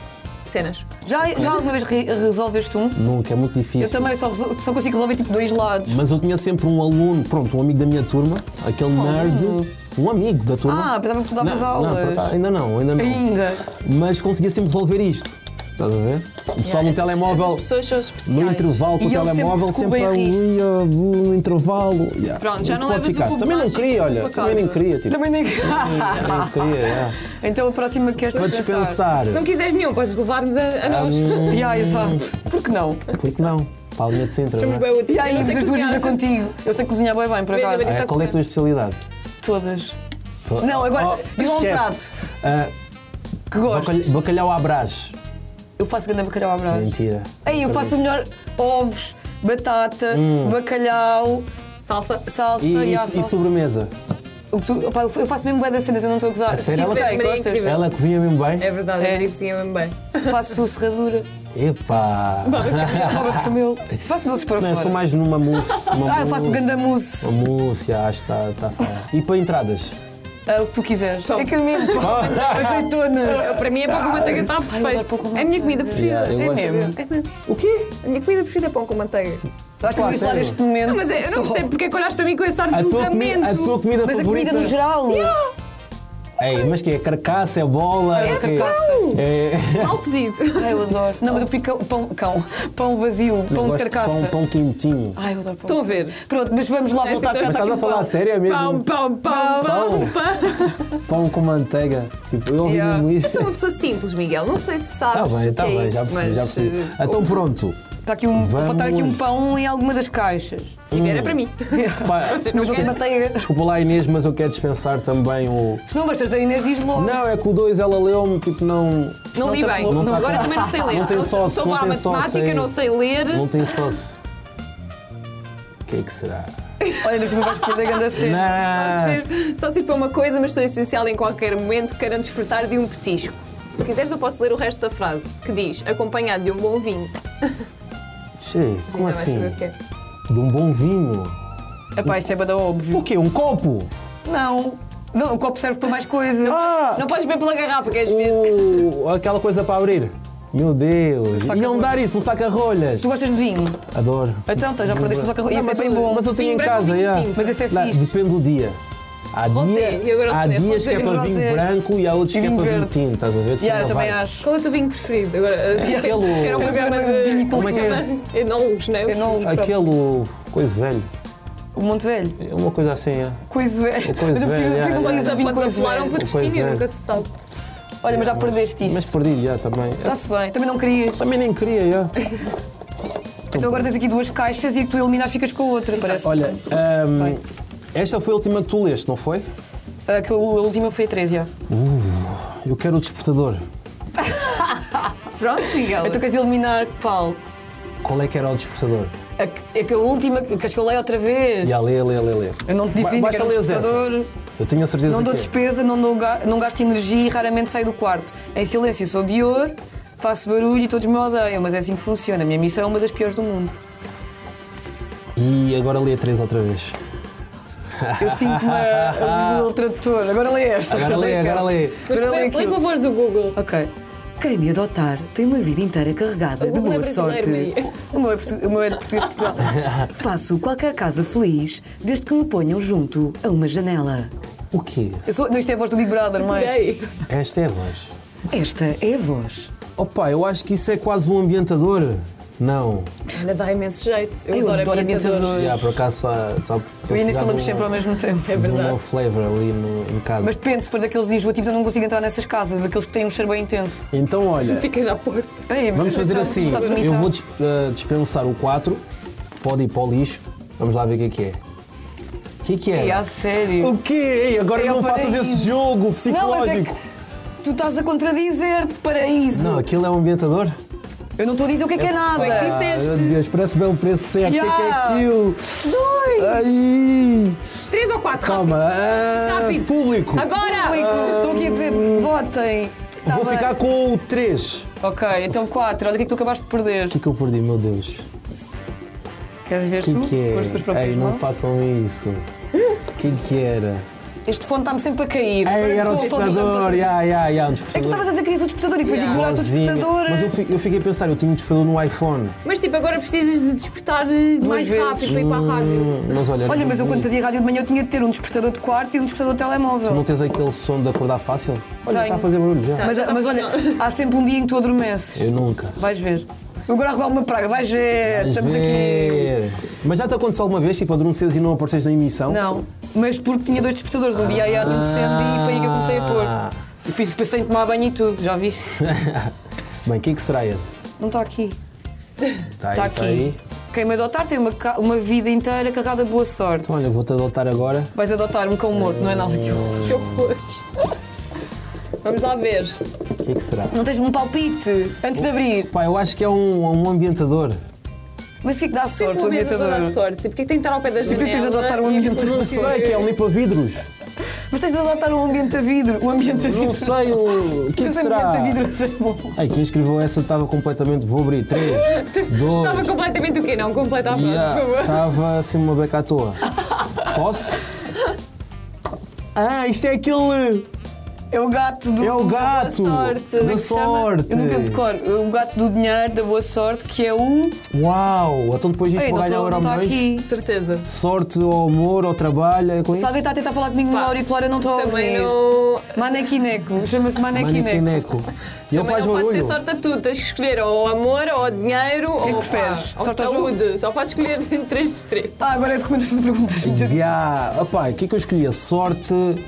cenas.
Já, já alguma vez re- resolveste um?
Nunca, é muito difícil.
Eu também só, resol- só consigo resolver tipo dois lados.
Mas eu tinha sempre um aluno, pronto, um amigo da minha turma, aquele nerd. Um amigo da turma.
Oh. Ah, pensava que tu
Não,
davas
não,
aulas.
pronto, ainda não, ainda não.
Ainda.
Mas conseguia sempre resolver isto. Estás a ver? O pessoal no
essas-
telemóvel.
essas pessoas são
No
especiais.
intervalo com o
E ele sempre
telemóvel, sempre
descobriu
ali, ah, no intervalo. Yeah.
Pronto, já
Isso
não
pode
levas o cubo
Também não
mágico
queria,
para
olha. Também nem
casa.
queria, tipo. <laughs>
Também nem.
Nem
<laughs>
queria, yeah.
então a próxima que queres
Para
dispensar.
dispensar.
Se não quiseres nenhum, podes levar-nos a, a nós.
Um,
Yeah, exato. Por que não?
Por que não? Para a linha de Sintra.
Somos
não é?
bem úteis.
E aí,
Eu não
mas
sei
as duas
cozinhar.
ainda contigo. Eu sei cozinhar bem bem, por
Veja,
acaso.
veja.
Ah, qual é a tua especialidade?
Todas. Não, agora, diz lá um
Oh, chefe.
prato.
Ah,
Que gosto.
bacalha- bacalhau à brás.
Eu faço grande bacalhau à brás.
Mentira.
Aí eu faço melhor ovos, batata,
Hum.
bacalhau,
Salsa.
salsa e,
E, e-
a
e
salsa.
sobremesa?
O que tu- opá, eu faço mesmo bué das cenas, eu não estou a gozar.
A sério?
Isso
Ela-
é,
Maria,
gostas?
incrível.
Ela cozinha mesmo bem?
É verdade,
É.
eu diria que cozinha mesmo bem.
Faço serradura,
Epá!
rouba
<laughs>
de camelo. Faço doces para
Ah. Não, eu
fora.
sou mais numa mousse. Uma
Ah, eu faço
mousse.
ganda mousse.
Uma mousse, já, acho que está tá fora. E para entradas?
Ah, o que tu quiseres.
Pão.
É que é
<laughs>
mesmo. pá. Azeitonas.
Para mim é
Ah,
pão com manteiga, está
adoro pão com
perfeito. É a minha
manteiga.
comida preferida.
Yeah, eu gosto.
é mesmo. É mesmo.
O quê?
A minha comida preferida é pão com manteiga.
Acho que eu vou isolar
sério?
este momento.
Não, mas é- eu não
só.
percebo porque é que olhaste para mim com esse ar de
A tua, comi-
julgamento.
a tua comida
Mas a
favorita?
comida no geral.
Ei, mas que é? Carcaça, é bola?
É
o quê?
carcaça.
É-
Mal cozido.
Ai, eu adoro. Não, mas eu prefiro pão, cão, pão vazio,
Eu
pão de
gosto de
carcaça.
Pão, pão quentinho.
Ah,
Ai, eu adoro pão.
Estão a ver?
Pronto, mas vamos lá
É,
voltar.
sim,
Mas
Mas
um
Mas estás a falar a sério é
Pão,
mesmo?
pão, pão, pão,
Pão.
pão.
Pão com manteiga. Tipo, eu ouvi
<laughs> Yeah.
mesmo
Eu
isso.
sou uma pessoa simples, Miguel. Não sei se sabes.
Está bem,
o que
está
é
bem,
isso,
já percebi,
mas,
já percebi.
eh,
Então pronto.
Está aqui um,
Vamos.
pode estar aqui um pão em alguma das caixas.
Se vier é para mim.
Pá,
não
Mas não tem
querem?
manteiga.
desculpa lá Inês, mas eu quero dispensar também o...
Se não gostas da Inês, diz logo.
Não, é que o 2 ela leu-me, tipo, não...
Não li
tá
bem.
bom. Não
tá
Agora
bom.
também não sei ler.
Não tem
sou,
sócio,
sou
não
boa à
tem sócio
matemática,
aí.
não sei ler.
Não tem sócio. O que é que será?
Olha, ainda por cima vais perder a grande cena.
Ah.
Né?
Não!
Só sirvo para uma coisa, mas sou essencial em qualquer momento que queiram desfrutar de um petisco. Se quiseres, eu posso ler o resto da frase, que diz: acompanhado de um bom vinho.
Che, como
Ainda mais
assim?
saber o que é.
De um bom vinho.
Epá, isto é bada óbvio.
O quê? Um copo?
Não. Não, o copo serve para mais coisas.
Ah!
Não podes beber pela garrafa,
é-
queres ver?
O... Aquela coisa para abrir. Meu Deus.
saca-rolhas.
Iam dar isso, um saca-rolhas.
Tu gostas de vinho?
Adoro.
Então, tá, já perdeste o saca Isso é
mas,
bem
eu-
bom.
mas eu tenho
Vinho
em
branco ou
casa,
vinho
yeah.
tinto?
Mas esse é
Lá,
fixe.
Depende do dia. Há,
Rosé, eu
dia,
agora
há
sei,
dias que é
rosé,
para
rosé.
vinho branco e há outros
E
que é
vinho
para vinho
verde.
tinto, estás a ver?
Yeah, eu
Cada
também
vai.
acho.
Qual é o teu vinho preferido? Agora, <laughs>
aquele-
era um
Eu
programa
gosto de vinho
de.
com Como
é que é?
Eu não os, né?
Eu não-
Aquele coisa velho.
O Monte Velho.
É uma coisa assim, é.
Coisa velho.
Coiso
Mas eu prefiro-
Velho,
prefiro
é,
que não ponhas
é,
Podes
o vinho Coiso
apelar a um
Velho.
patrocínio,
é.
nunca se sabe.
Olha, mas já perdeste
Mas
isso.
perdi, já, também.
Está-se bem. Também não querias.
Também nem
<laughs>
queria, já.
Então agora tens aqui duas caixas e a que tu eliminas ficas com a outra, parece.
Olha, ahm, esta foi a última que tu leste, não foi?
A, que- a última foi a 13, já.
Eu quero o despertador.
Pronto, Miguel.
Então queres eliminar qual?
Qual é que era o despertador?
A, que- a, que- a última, queres que eu leia outra vez?
E a lê, lê, lê, lê.
Eu não te disse ainda que
Basta
era um
lês essa.
despertador.
Eu tenho a certeza
Não
que
dou
é.
despesa, não, dou ga- não gasto energia e raramente saio do quarto. Em silêncio sou Dior, faço barulho e todos me odeiam, mas é assim que funciona. A minha missão é uma das piores do mundo.
E agora lê a 3 outra vez.
Eu sinto-me a-
<laughs>
a Google Tradutor. Agora lê esta.
Agora lê, agora lê.
Mas
Agora lê
lê com
é aquilo.
a voz do Google.
Ok. Quem me adotar tem uma vida inteira carregada de
O meu é
boa
brasileiro,
sorte.
Maria.
O meu, é portu- o meu é de português de
<laughs>
Portugal. Faço qualquer casa feliz desde que me ponham junto a uma janela.
O quê?
Eu sou, não, isto é a voz do Big Brother, mas.
Adorei.
Esta é a voz.
Esta é a voz.
Opa, eu acho que isso é quase um ambientador. Não.
Olha, dá imenso jeito. Eu,
Eu
adoro,
adoro
ambientadores.
ambientadores.
Já, por acaso, está. Tá,
Eu e a Inês falamos sempre ao mesmo tempo.
É
De um
verdade.
novo flavor ali no, em casa.
Mas depende, se for daqueles enjoativos, eu não consigo entrar nessas casas, aqueles que têm um cheiro bem intenso.
Então, olha,
Fica já à porta.
Ei, tá
vamos fazer
está-
assim.
está a vomitar.
Eu vou dis- eh, dispensar o 4, pode ir para o lixo. Vamos lá ver o que é que é. O que é que
Ei,
é?
a sério.
O quê? Ei, Agora
É o
não faças
paraíso.
esse jogo
Não, mas é
psicológico.
que tu estás a contradizer-te, paraíso.
Não, aquilo é um ambientador?
Eu não estou a dizer o que é que é nada.
é que disse-
Ah,
Disseste.
meu Deus, parece bem o preço certo. O que é que é
Yeah.
aquilo?
Dois!
Ai,
Três ou quatro,
calma. Ah,
Rápido.
público.
Agora!
Público, Estou aqui a dizer, votem. Tá
Ah. Vou
bem.
ficar com o 3. O
Ok, então quatro. Olha o que é que tu acabaste de perder.
que é que eu perdi, meu Deus?
Queres ver
O que
tu?
que é?
Com as tuas próprias
Ei, não
mãos?
façam isso. O que que era?
Este fone está-me sempre a cair.
Ei, era um
Sou- sou- sou-
despertador. Ya, ya, ya, um
É que tu
despertador.
estavas a dizer que és o despertador e depois
Yeah.
ignoraste o
Igualzinho.
despertador.
Mas eu fi- eu fiquei a pensar, eu tinha um despertador no iPhone.
Mas tipo, agora precisas de despertar eh, mais
vezes.
rápido para ir para a rádio.
Hum, Mas olha, era
Olha, mas eu quando
bonito.
fazia rádio de manhã eu tinha de ter um despertador de quarto e um despertador de telemóvel.
Tu não tens aquele som de acordar fácil? Olha,
Tenho.
está a fazer barulho Tá, já.
Mas, mas olha, há sempre um dia em que tu adormeces.
Eu nunca.
Vais ver. Eu agora arrugar uma praga, vais ver.
Vais
Estamos aqui.
ver. Mas já te aconteceu alguma vez, tipo, adormeces e não apareces na emissão?
Não, mas porque tinha dois despertadores. Um dia aí adormecendo e foi aí que eu comecei a
Ah.
pôr. E fiz, pensei em tomar banho e tudo, já viste?
Bem, o que é que será esse?
Não está aqui. Está
Está aí,
aqui.
tá aí.
Quem me adotar tem uma, ca- uma vida inteira carregada de boa sorte.
Então, Olha, eu vou-te adotar agora.
Vais adotar um cão morto, não é nada que eu.
Que horror. Vamos lá ver.
O que é que será?
Não tens um palpite antes de abrir.
Pá, eu acho que é um, um ambientador.
Mas o que é que dá sorte
Sempre
o
um medo de
ambientador?
dar sorte. E porquê que tem que estar ao pé da
porquê
janela?
que tens de adotar um
E-
ambientador?
Não
Não sei, que é um limpa-vidros.
Mas tens de adotar um ambiente a vidro. Um ambiente a vidro.
Não
<laughs>
sei o, o que é que
Esse
será.
ambiente a vidro é bom.
Ai, quem escreveu essa estava completamente. Vou
<laughs>
abrir. 3, 2.
Estava completamente o quê? Não, completa a frase, por favor.
Estava assim uma beca à toa. Posso? Ah, isto é aquele.
É o gato do.
É o gato!
sorte. Como é
Da
que se chama?
sorte!
Eu nunca decoro. É o gato do dinheiro, da boa sorte, que é o.
Uau! Então depois isto
Ei, não
vai Tipo, ganhar
estou- não
o euro
está
mais.
aqui.
De certeza.
Sorte ao amor, ao trabalho, é com
Se
isso?
alguém está a tentar falar comigo no
Pá,
auricular, eu não estou a
Também
ouvir.
não.
Manequineco. Chama-se Manequineco.
Manequineco. E ele
Também
faz
não pode ser
barulho.
sorte a tu, tens que escolher ou amor, ou dinheiro, ou,
que preferes?
pá, ou
Sorte ao jogo?
saúde. Só podes escolher <laughs> entre três de três.
Ah, agora é de recomendação de perguntas.
Ya, Opá, o que é que eu escolhi? Sorte.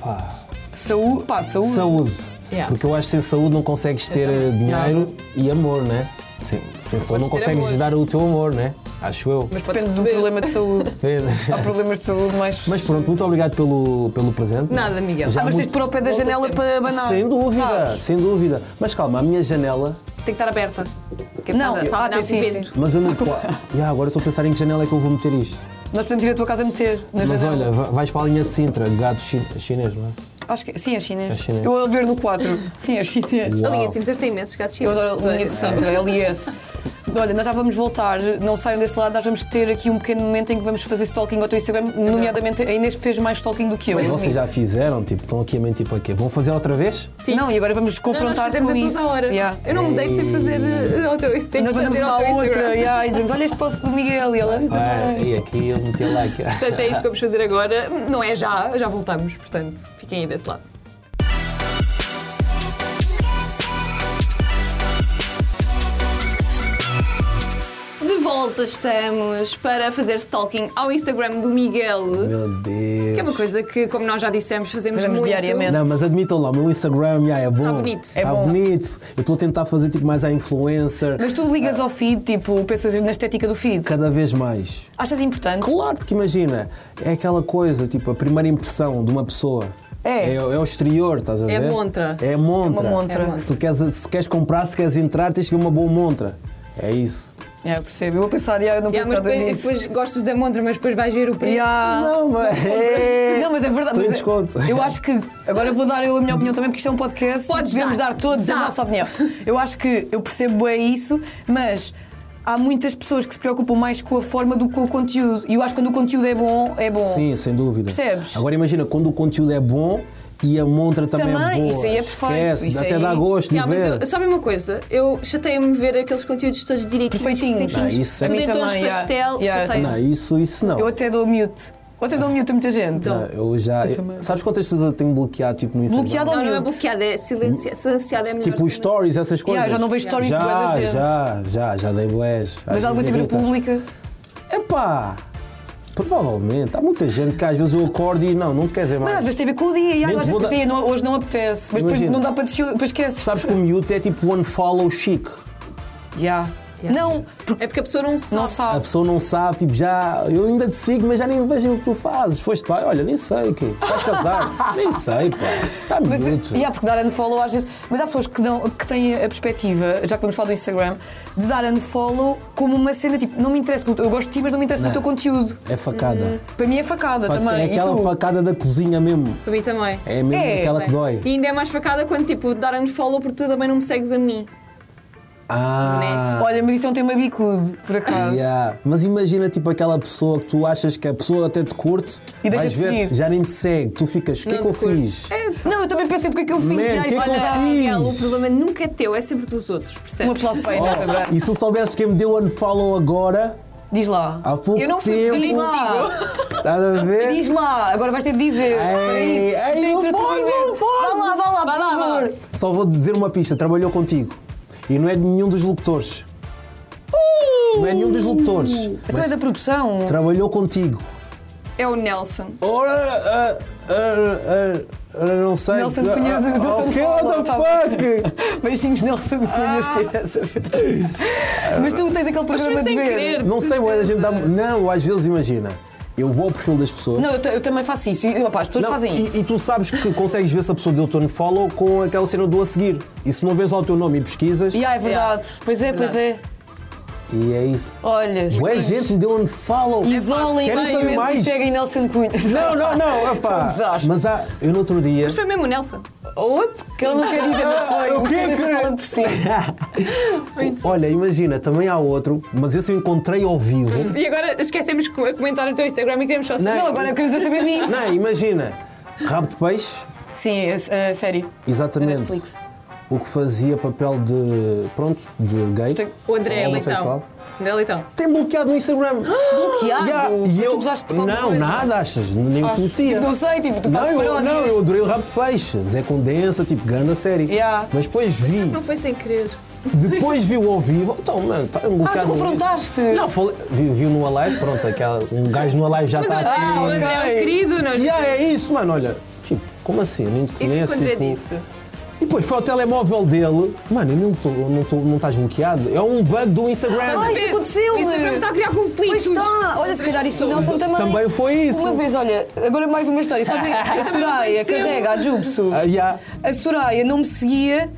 Pá,
Saúde. Pá, saúde.
saúde.
Ya.
Porque eu acho que sem saúde não consegues ter eh, dinheiro e amor, né? Sim, sem saúde não
ter
consegues
amor.
dar o teu amor, né? Acho eu.
Mas
Podes
depende do
receber.
problema de saúde.
Depende.
Há problemas de saúde mais.
<laughs> Mas pronto, muito obrigado pelo, pelo presente.
Nada, Miguel.
Já
Ah, mas tens
muito-
de pôr ao pé da janela
sempre.
para abanar.
Sem dúvida,
sabes?
sem dúvida. Mas calma, a minha janela.
Tem que estar aberta. Que é
Não,
para- para
ah,
dar
tem sim,
vento.
sim.
Mas eu não. Ya, agora estou a pensar em que janela é que eu vou meter isto.
Nós podemos ir à tua casa meter na
Mas
janela.
olha, va- vais para a linha de Sintra, de gato chi- chinês, não é?
Acho que sim, é chinês.
É chinês.
Eu a ver no 4. Sim, é chinês.
A linha
Uau.
de Sintra tem imensos gatos é?
Eu
chineses.
adoro um é a linha de Sintra, LS. Olha, nós já vamos voltar, não saiam desse lado, nós vamos ter aqui um pequeno momento em que vamos fazer stalking ao teu Instagram, nomeadamente a Inês fez mais stalking do que eu.
Mas vocês já
admito.
fizeram, tipo, estão aqui a mentir para quê? Vão fazer outra vez?
Sim.
Não, e agora vamos
Não, nós
confrontar
fazemos
com
a
isso.
toda hora.
Yeah.
Eu não mudei de sem fazer eh, ao teu Instagram.
Nós mandamos uma à outra yeah, e dizemos: Olha este posto do Miguel e ela.
Ah, e aqui eu meti like.
Portanto, é isso que vamos fazer agora. Não é já, já voltamos. Portanto, fiquem aí desse lado. De volta estamos para fazer stalking ao Instagram do Miguel.
<laughs> Meu Deus.
Que é uma coisa que, como nós já dissemos, fazemos,
Fazemos
muito.
diariamente.
Não, mas admitam lá, o meu Instagram já é bom. Está
bonito.
É
Tá
bom.
bonito. Eu estou a tentar fazer tipo mais a influencer
Mas tu ligas ao feed, tipo, pensas na estética do feed.
cada vez mais.
Achas importante?
Claro, porque imagina, é aquela coisa, tipo, a primeira impressão de uma pessoa.
É.
É, é o exterior, estás a ver?
É montra.
É montra.
É uma montra.
É montra.
Se, queres, se queres comprar, se queres entrar, tens que ver uma boa montra. É isso.
É, percebo. Eu vou pensar, yeah, eu não
Yeah,
penso
mas
nada
depois,
nisso.
depois gostas da montra, mas depois vais ver o preço.
Yeah.
Não, mas.
Não, mas é verdade.
Tô em
mas é-
desconto.
Eu acho que. Agora eu vou dar eu a minha opinião também, porque isto é um podcast.
Podes
devemos
dar.
dar, todos
Dá.
a nossa opinião. Eu acho que eu percebo é isso, mas há muitas pessoas que se preocupam mais com a forma do que com o conteúdo. E eu acho que quando o conteúdo é bom, é bom.
Sim, sem dúvida.
Percebes?
Agora imagina, quando o conteúdo é bom e a montra também, é
Também,
boa.
isso aí é perfeito,
Esquece,
isso
dá até
aí-
dá gosto de
Yeah, mas
ver.
eu, sabe uma coisa? Eu chateei-me ver aqueles conteúdos todos direitinhos.
Perfeitinhos.
perfeitinhos,
Não, isso é-
Tudo
A
em
mim
tons
também, yeah.
pastel.
Yeah, eu
chateia-me.
Não, isso, isso não.
Eu até dou mute. Eu até dou mute a muita gente.
Não, eu já.
Eu também.
sabes quantas pessoas eu tenho bloqueado tipo, no Instagram?
Bloqueado ou
Não, não é
mute?
bloqueado, é silenciado. Silenciado é melhor.
Tipo os
também.
stories, essas coisas.
Yeah, já não vejo stories de bué
já,
da gente.
já, já, já dei boés.
Mas alguma figura pública.
Epá! Provavelmente. Há muita gente que às vezes eu acordo e não, não te quer ver
Mas
mais.
às vezes tem a ver com o dia. E ai,
Nem
às
te vou
vezes
dar-
assim, não- hoje não apetece. Mas depois
Imagina.
não dá para descer, depois esqueces.
Sabes que o mute é tipo one follow chic.
Yeah.
Yeah.
Não, porque
É porque a pessoa não sabe.
não
A
sabe.
pessoa não sabe, tipo, já. Eu ainda te sigo, mas já nem vejo o que tu fazes. Foste pai, olha, nem sei o quê.
<laughs>
Vais casar? nem sei, pá. Está
Mas,
muito.
yeah, porque dar unfollow às vezes. Mas há pessoas que, dão, que têm a perspectiva, já que vamos falar do Instagram, de dar unfollow como uma cena tipo, não me interessa, porque eu gosto de ti, mas não me interessa pelo
Não.
teu conteúdo.
É facada.
Para mim é facada
Fac-
também.
É
e
aquela
tu?
facada da cozinha mesmo.
Para mim também.
É mesmo
É,
aquela que
Bem,
dói.
E ainda é mais facada quando tipo dar unfollow porque tu também não me segues a mim.
Ah.
Olha, mas isso é um tema bicudo, por acaso.
Yeah. Mas imagina tipo aquela pessoa que tu achas que a pessoa até te curte,
E deixa
vais
de
ver,
seguir.
já nem te segue, tu ficas, o que é
Não
que eu
te curte.
fiz?
É, Não, eu também pensei porque é que eu fiz.
Man,
já,
que é que
olha,
eu
Ah,
fiz?
Miguel, o problema nunca é teu, é sempre dos outros, percebes?
um aplauso para a Inês Abraão.
Oh, e se eu soubesse quem me deu unfollow agora,
Diz lá.
Há pouco
eu não fui.
tempo-
Diz lá.
estás a
<laughs>
ver?
Diz lá. Agora vais ter de dizer.
Ei,
Espera aí.
ei, não
Tem que
posso,
dizer.
não posso.
Vá lá, vá lá,
Vá lá,
por
vá.
favor.
Só vou dizer uma pista, trabalhou contigo. E não é de nenhum dos locutores. Não é nenhum dos locutores.
Tu é da produção?
Trabalhou contigo.
É o Nelson.
Ora, ah, ah, ah, ah, não sei.
Nelson Cunha do, do
Ah,
Tom
ok, what the fuck?
<laughs>
Ah.
Beijinhos, Nelson Cunha, se tivesse a
Tá.
ver. Mas tu tens aquele
foi
programa de
sem
ver.
querer.
Não sei, mas a gente dá. Não, às vezes imagina. Eu vou ao perfil das pessoas.
Não, eu, ta- eu também faço isso. E, opá, as pessoas
Não,
fazem
e,
isso.
e tu sabes que consegues ver se a pessoa deu teu follow com aquela cena do a seguir. E se não vês lá o teu nome e pesquisas.
E ah, é verdade. Pois é, pois é.
E é isso.
Olha.
Ué, gente, me deu um follow.
Isolem
Querem saber
bem
mais?
e peguem Nelson Cunha.
Não, não, não,
Foi um
opá.
desastre.
Mas há, eu no outro dia.
Mas foi mesmo o Nelson.
<laughs> Outro?
<laughs> Que ele não quer dizer, mas foi.
O que é
Nelson
que-
fala por si.
Olha, imagina, também há outro, mas esse eu encontrei ao vivo.
E agora esquecemos de comentar o teu Instagram e queremos só saber.
Não, agora eu quero saber de mim.
Não, imagina. Rabo de peixe,
Sim, é, é, sério. Da
exatamente.
Netflix.
O que fazia papel de. Pronto, de gay.
O André então.
Homossexual.
Leitão. André Leitão.
Tem bloqueado no Instagram.
Bloqueado?
Ah, Yeah,
Mas Ah, tu gozaste de qualquer
Não,
coisa? Ah,
nada, achas? Nem
Acho-
conhecia.
Tipo, não sei, tipo, tu
Não
fazes
eu,
paródia.
não, eu adorei o rabo de peixe. Zé Condensa, tipo, ganda série.
Yeah.
Mas depois vi,
Não foi sem querer.
Ah, depois vi o ao vivo. Então, mano, está
Ah,
bloqueado.
tu
no-
confrontaste.
Não, falei, vi, vi no Alive, pronto, aquela, um gajo no Alive já
Mas
está
olha,
assim.
o André é um
Ah,
querido, nós.
Yeah, é isso, mano, olha. Tipo, como assim? Eu Nem te
E
conheço.
é
contra
tipo-
disso.
E depois foi ao telemóvel dele. Mano, eu não estou, não, tô- não estás bloqueado. É um bug do Instagram.
Ai, isso
O
aconteceu-me.
Instagram está a criar conflitos.
Pois está! Olha, se calhar isso o Nelson também.
Também foi isso.
Uma vez, olha, agora mais uma história. Sabe, é
<laughs>
a Soraya
aconteceu.
carrega a Jubso.
Ah, yeah.
A Soraya não me seguia.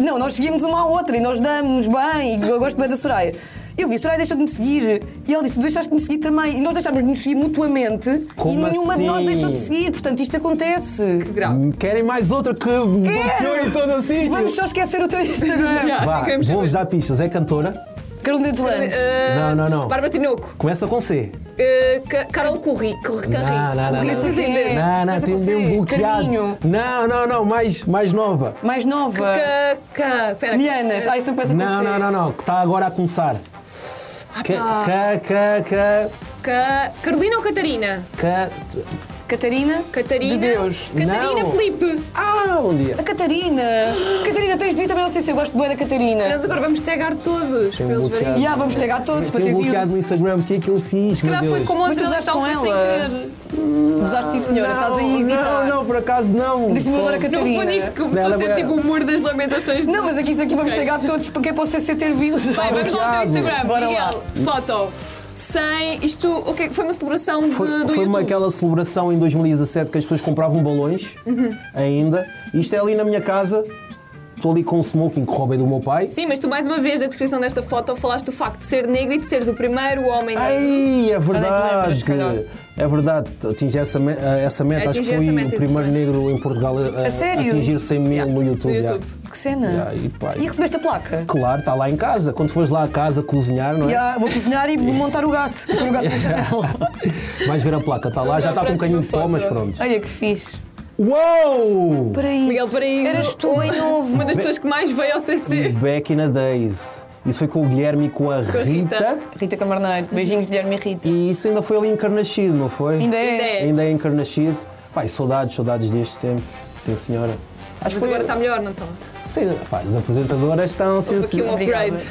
Não, nós seguíamos uma à outra e nós damos bem e eu gosto bem da Soraya. Eu vi, a Soraya deixou de me seguir e ela disse: Tu deixaste de me seguir também. E nós deixámos de nos seguir mutuamente e
Como
nenhuma de nós
assim?
deixou de seguir. Portanto, isto acontece.
Grau.
Querem mais outra que bateu em todo o sítio?
Vamos só esquecer o teu
<laughs>
Instagram.
Yeah.
Vá,
Queremos saber.
vou-vos dar pistas. É cantora?
Carolina de Lantes.
Eh,
Não, não, não.
Bárbara Tinoco.
Começa com C.
Eh, Ca- Carol Curri. Curri.
Não, não, não.
Curri,
Não sei quem é.
Não, não,
Começa
tem
com
mesmo
C.
bloqueado.
Carminho.
Não, não, não, mais, mais nova.
Mais nova.
Ca- ca- pera.
Milhanas. Ah, isso não começa com
eh, Não,
C. Ah, tá.
não, não, não, que está agora a começar. Ca, ca, ca, ca,
Ca- Carolina ou Catarina?
ca.
Catarina?
Catarina.
De Deus.
Catarina
Não.
Felipe.
Ah, bom dia.
A
<gasps>
Catarina! Catarina, tens de vir também, não sei se eu gosto bem da Catarina.
Nós agora vamos tagar todos para eles
bloqueado.
E
verem.
ah, vamos pegar todos para
Tenho
ter
bloqueado no
views.
Instagram, o que é que eu fiz? Meu
Já foi
Deus.
como
Mas
outra
tu usaste
Natal,
com
foi sem
ela?
querer.
Usaste sim, senhora, estás aí a
Não,
hesitar.
não, não, por acaso não.
Disse-me
Só-
agora que- é
Não
Catarina.
foi disto que começou
Ela
a ser
é-
tipo o muro das lamentações.
Não, mas é aqui, isso aqui vamos
Ok.
pegar todos porque é para o CC ter views.
Bem, vamos lá ao teu
bloqueado.
Instagram,
Bora
Miguel. Foto. Sem. Isto o que é que- foi uma celebração de,
Foi,
do
foi uma
YouTube.
aquela celebração em 2017 que as pessoas compravam balões
Uhum.
ainda. Isto é ali na minha casa. Estou ali com um smoking que roubei do meu pai.
Sim, mas tu mais uma vez na descrição desta foto falaste do facto de ser negro e de seres o primeiro homem negro.
Ei, é
lembras,
verdade!
se calhar.
É verdade, atingi essa, me- essa meta. Acho
Atingi
que
essa
fui
meta,
o primeiro
exatamente.
negro em Portugal a, a-
A sério?
atingir 100 mil
Yeah,
no
no
YouTube. yeah.
YouTube.
Que cena!
Yeah, e pá,
e recebeste a placa?
Claro, está lá em casa. Quando fores lá a casa cozinhar, não é?
Yeah, vou cozinhar e montar o
<laughs>
gato. Pôr o gato na janela.
Vais ver a placa, está lá, já está com um canho de pó, mas pronto.
Olha que fixe.
Uou!
Para isso.
Miguel Paraíso.
Eras tu.
Oi, novo. Uma das pessoas que mais veio ao CC.
Back in the days. Isso foi com o Guilherme e com a
a Rita.
Rita.
Rita Camarneiro. Beijinhos, Guilherme e Rita.
E isso ainda foi ali em Carnaxide, não foi?
Ainda é.
Ainda é.
Ainda é em Carnaxide. Pai, saudades, saudades deste tempo. Sim, senhora. Acho
Mas agora
tá-
está melhor, não está?
Sim, pá, as apresentadoras estão, sim,
Houve aqui
sim.
um upgrade.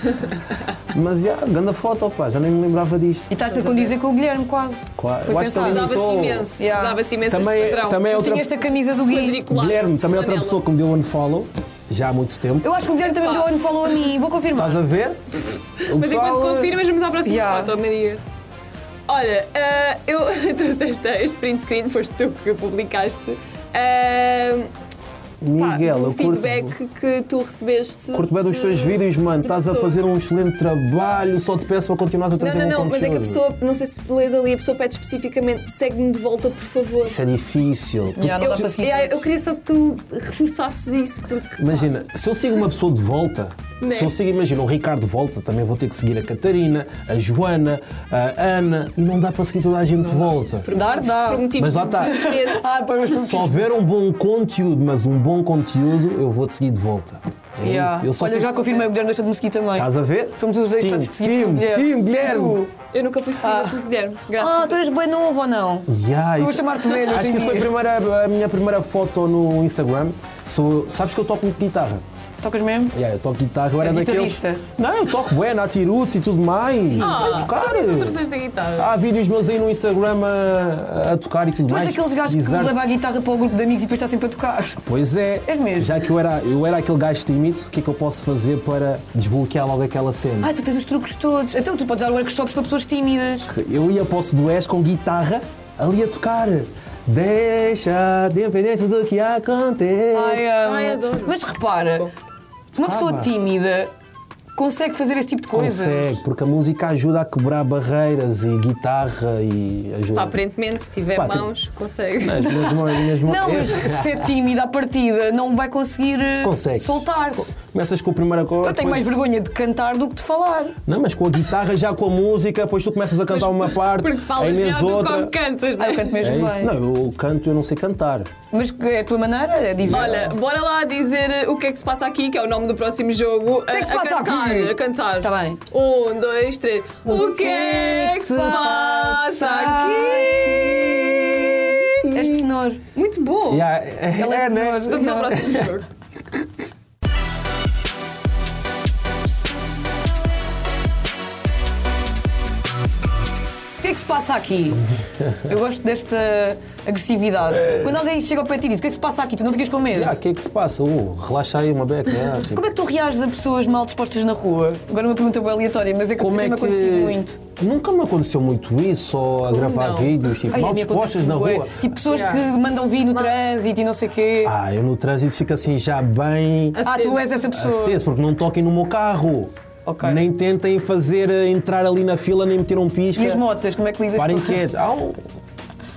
Mas, já, grande foto, pá, já nem me lembrava
E
disto.
estás a condizer com o Guilherme, quase.
Claro,
Foi
eu acho que
pensado.
ele-
Usava-se
Então,
imenso.
yeah.
Usava-se imenso
Também-
este padrão.
também é
Eu
outra-
tinha esta camisa do Gui.
Quadriculado.
Guilherme, também é outra
Flanela.
pessoa que me deu unfollow, já há muito tempo.
Eu acho que o Guilherme também
Pá.
deu unfollow a mim. Vou confirmar.
Estás a ver? O
Mas enquanto
pessoal, eh,
confirmas, vamos à próxima
Yeah.
foto, Maria. Olha, ah, eu <laughs> trouxe esta, este print screen, foste tu que publicaste. Ah, pá,
Miguel,
do
eu curto.
feedback que tu recebeste.
Curto bem dos
de-
teus vídeos, mano.
de
Estás a
pessoas.
fazer um excelente trabalho. Só te peço para continuar a
Não,
trazer
não,
bom
não, mas é que a
conteúdo.
pessoa, não sei se lês ali, a pessoa pede especificamente segue-me de volta, por favor.
Isso é difícil. Tu-
Já, não dá para
Eu,
seguir
é,
todos.
eu queria só que tu reforçasses isso, porque.
Imagina, se eu sigo uma pessoa de volta,
Né?
se eu sigo, imagina, o Ricardo de volta, também vou ter que seguir a Catarina, a Joana, a Ana, e não dá para seguir toda a gente de volta.
Dar, dá.
Por motivos
Mas lá está.
esse-
Ah, pois, mas
Se houver um bom conteúdo, mas um bom conteúdo, eu vou te seguir de volta. É
Yeah.
isso. Eu só
Olha, eu
sei-
já confirmei, o Guilherme deixou de me seguir também.
Estás a ver?
Somos os dois
Team,
todos de seguir.
team, team, Guilherme.
Tu.
Eu nunca fui seguida
Ah.
pelo Guilherme, graças a
Ah,
Deus.
tu eras bem novo ou não?
Yeah,
Eu vou
isso-
chamar-te
<laughs>
velho. hoje
Acho
em
que isso foi a,
dia.
primeira- a minha primeira foto no Instagram. Sou- sabes que eu toco muito guitarra.
Tocas mesmo?
Yeah, eu toco guitarra, eu era
És
daqueles.
É guitarrista? então
Não, eu toco bué, na Tirutes e tudo mais.
tá.
Ah,
Sei tocar.
tu trouxeste a guitarra.
Há vídeos meus aí no Instagram a, a tocar e tudo
Tu és
mais.
daqueles gajos que
Bizarro.
leva a guitarra para o grupo de amigos e depois está sempre a tocar.
Pois é.
És mesmo.
Já que eu era, eu era aquele gajo tímido, o que é que eu posso fazer para desbloquear logo aquela cena?
Ah, tu tens os truques todos. Então tu podes dar workshops para pessoas tímidas.
Eu ia para o Sudoeste com guitarra ali a tocar. Deixa de independência mas o que acontece.
amo.
Ai, adoro.
Mas repara, uma pessoa
Calma.
tímida consegue fazer esse tipo de coisas.
Consegue, porque a música ajuda a quebrar barreiras e guitarra e ajuda.
Tá
Pá, aparentemente, se tiver
Pá,
tipo,
tu-
mãos, consegue.
é,
As minhas mãos, as minhas mãos.
Não, mas se é tímida à partida, não vai conseguir eh,
Consegues.
soltar-se.
<laughs> Começas com a primeira coisa.
Eu tenho mais vergonha de cantar do que de falar.
Não, mas com a guitarra, já com a música, depois tu começas a cantar uma parte,
<laughs> Porque
a
falas
Inês
melhor
outra.
do que como cantas, não
Ah, eu
é?
canto
É
mesmo
isso.
bem.
Não, eu canto, eu não sei cantar.
Mas que é a tua maneira, é diversa.
Olha, bora lá dizer o que é que se passa aqui, que é o nome do próximo jogo. O
que é que se passa
a cantar,
aqui?
A cantar.
Tá bem.
Um, dois, três. O que é que se passa aqui?
és tenor.
Muito bom.
Yeah, é,
Ela é
é, né?
senhora.
Vamos ao próximo
<laughs>
jogo.
O que é que se passa aqui? Eu gosto desta agressividade.
É.
Quando alguém chega ao pé de ti e diz o que é que se passa aqui, tu não ficas com medo.
Yeah, O que é que se passa? Oh, relaxa aí uma beca. yeah, tipo.
Como é que tu reages a pessoas mal dispostas na rua? Agora uma pergunta bem aleatória, mas é que
Como
tem-me
é que.
acontecido muito.
Nunca me aconteceu muito isso, só a gravar
não?
vídeos, tipo,
Ai, a
mal
mim
dispostas
acontece-me
na
bué.
rua.
Tipo pessoas
Yeah.
que mandam vir no trânsito e não sei o quê. Ah,
Ah, eu no trânsito fico assim já bem.
tu és essa pessoa.
aceso, porque não toquem no meu carro.
Ok.
Nem tentem fazer eh, entrar ali na fila, nem meter um pisca.
E as motas, como é que lidas
Parem
com
quietos. Au.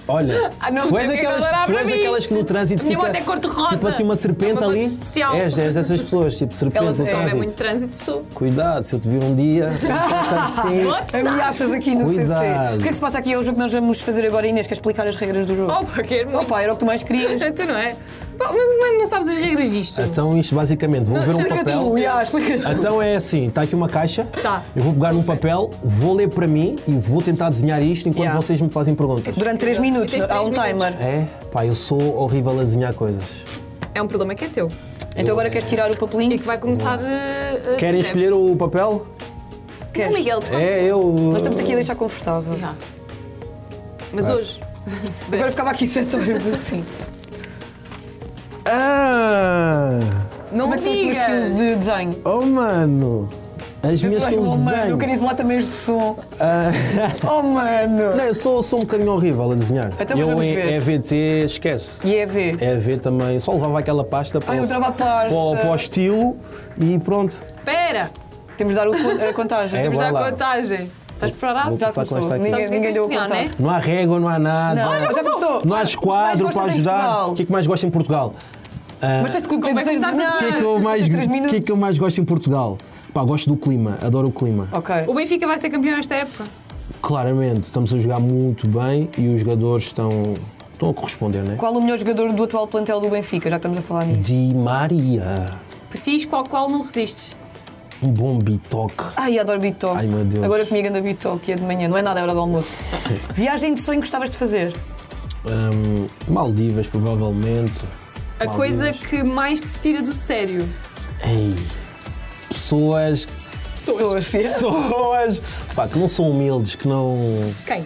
Olha,
<laughs> Ah, não
tu
sei
és,
o que é que
aquelas,
ela dará
tu
para
és
mim.
aquelas que no trânsito
Minha
fica
moto é cor-de-rosa.
tipo assim uma serpente
É uma
ali.
moto especial.
És, és dessas pessoas, tipo serpente
Elas
no
Só vê
são,
trânsito.
Então, é muito trânsito, sou.
Cuidado, se eu te vir um
<laughs>
dia, assim,
<laughs> Ameaças aqui no
Cuidado.
CC. O que é que se passa aqui? É o jogo que nós vamos fazer agora, Inês. Quer explicar as regras do jogo?
Opa, quero Oh, é muito.
Opa, era o que tu mais querias.
<laughs> Tu não é? Pá, Mas mas não sabes as regras disto.
Então isto basicamente, vou
Não,
ver um
explica
papel.
tu.
Ya, explica tu.
Então é assim, está aqui uma caixa,
Tá.
eu vou pegar um papel, vou ler para mim e vou tentar desenhar isto enquanto
Yeah.
vocês me fazem perguntas.
Durante 3 minutos,
Tens três
há um
minutos.
timer.
É? Pá, eu sou horrível a desenhar coisas.
É um problema que é teu.
Então agora queres tirar o
E
papelinho?
que vai começar. uh, uh,
Querem
né?
escolher o papel?
Não,
Queres?
Miguel, desculpa.
É, eu.
Nós estamos aqui a deixar confortável.
Já. Mas hoje.
Agora ficava aqui sete horas assim.
Ah!
Não
Como é que são as tuas
Ah! digas.
skills de desenho?
Oh, mano! As minhas que eu
oh, mano, eu
desenho. Ah.
queria isolar também este som. Oh, mano.
Não, eu sou, sou um bocadinho horrível a desenhar.
Então, mas
eu
vamos
em
ver.
EVT esquece.
E é ver.
EV também, só levava aquela pasta para,
eu
o-
levava a pasta.
para o- para o estilo e pronto.
Espera!
Temos de dar o con- a contagem.
É,
Temos
Vamos
de
vai
dar
lá.
contagem. Estás preparado?
Vou
Já
começar com
começou.
esta aqui.
Sabes
Ninguém,
o que é
ninguém
que
deu a
adiciona,
contar.
é?
Não há régua, não há nada.
Não, já começou.
Não há esquadro
Mais
para
gostas em
ajudar.
Portugal?
O que é que mais gosta em Portugal?
Mas tens de
Como é que
tens de
estás a
desenhar.
O que é que eu mais,
Ah, Três
o que é
minutos.
que eu mais gosto em Portugal? Pá, gosto do clima, adoro o clima.
Ok.
O Benfica vai ser campeão esta época.
Claramente, estamos a jogar muito bem e os jogadores estão, estão a corresponder, né?
Qual o melhor jogador do atual plantel do Benfica? Já que estamos a falar nisso.
Di Maria.
Petis, qual qual não resistes?
Um bom bitoque.
Ai, adoro BitTalk.
Ai, meu Deus.
Agora comigo anda BitTalk e é de manhã, não é nada, é hora do
<laughs>
almoço. Viagem de sonho que gostavas de fazer?
Hum, Maldivas, provavelmente.
A coisa
Maldivas.
que mais te tira do sério.
Ei,
<laughs>
pessoas.
Pessoas. yeah.
Pessoas. Pá, que não são humildes, que não.
Quem?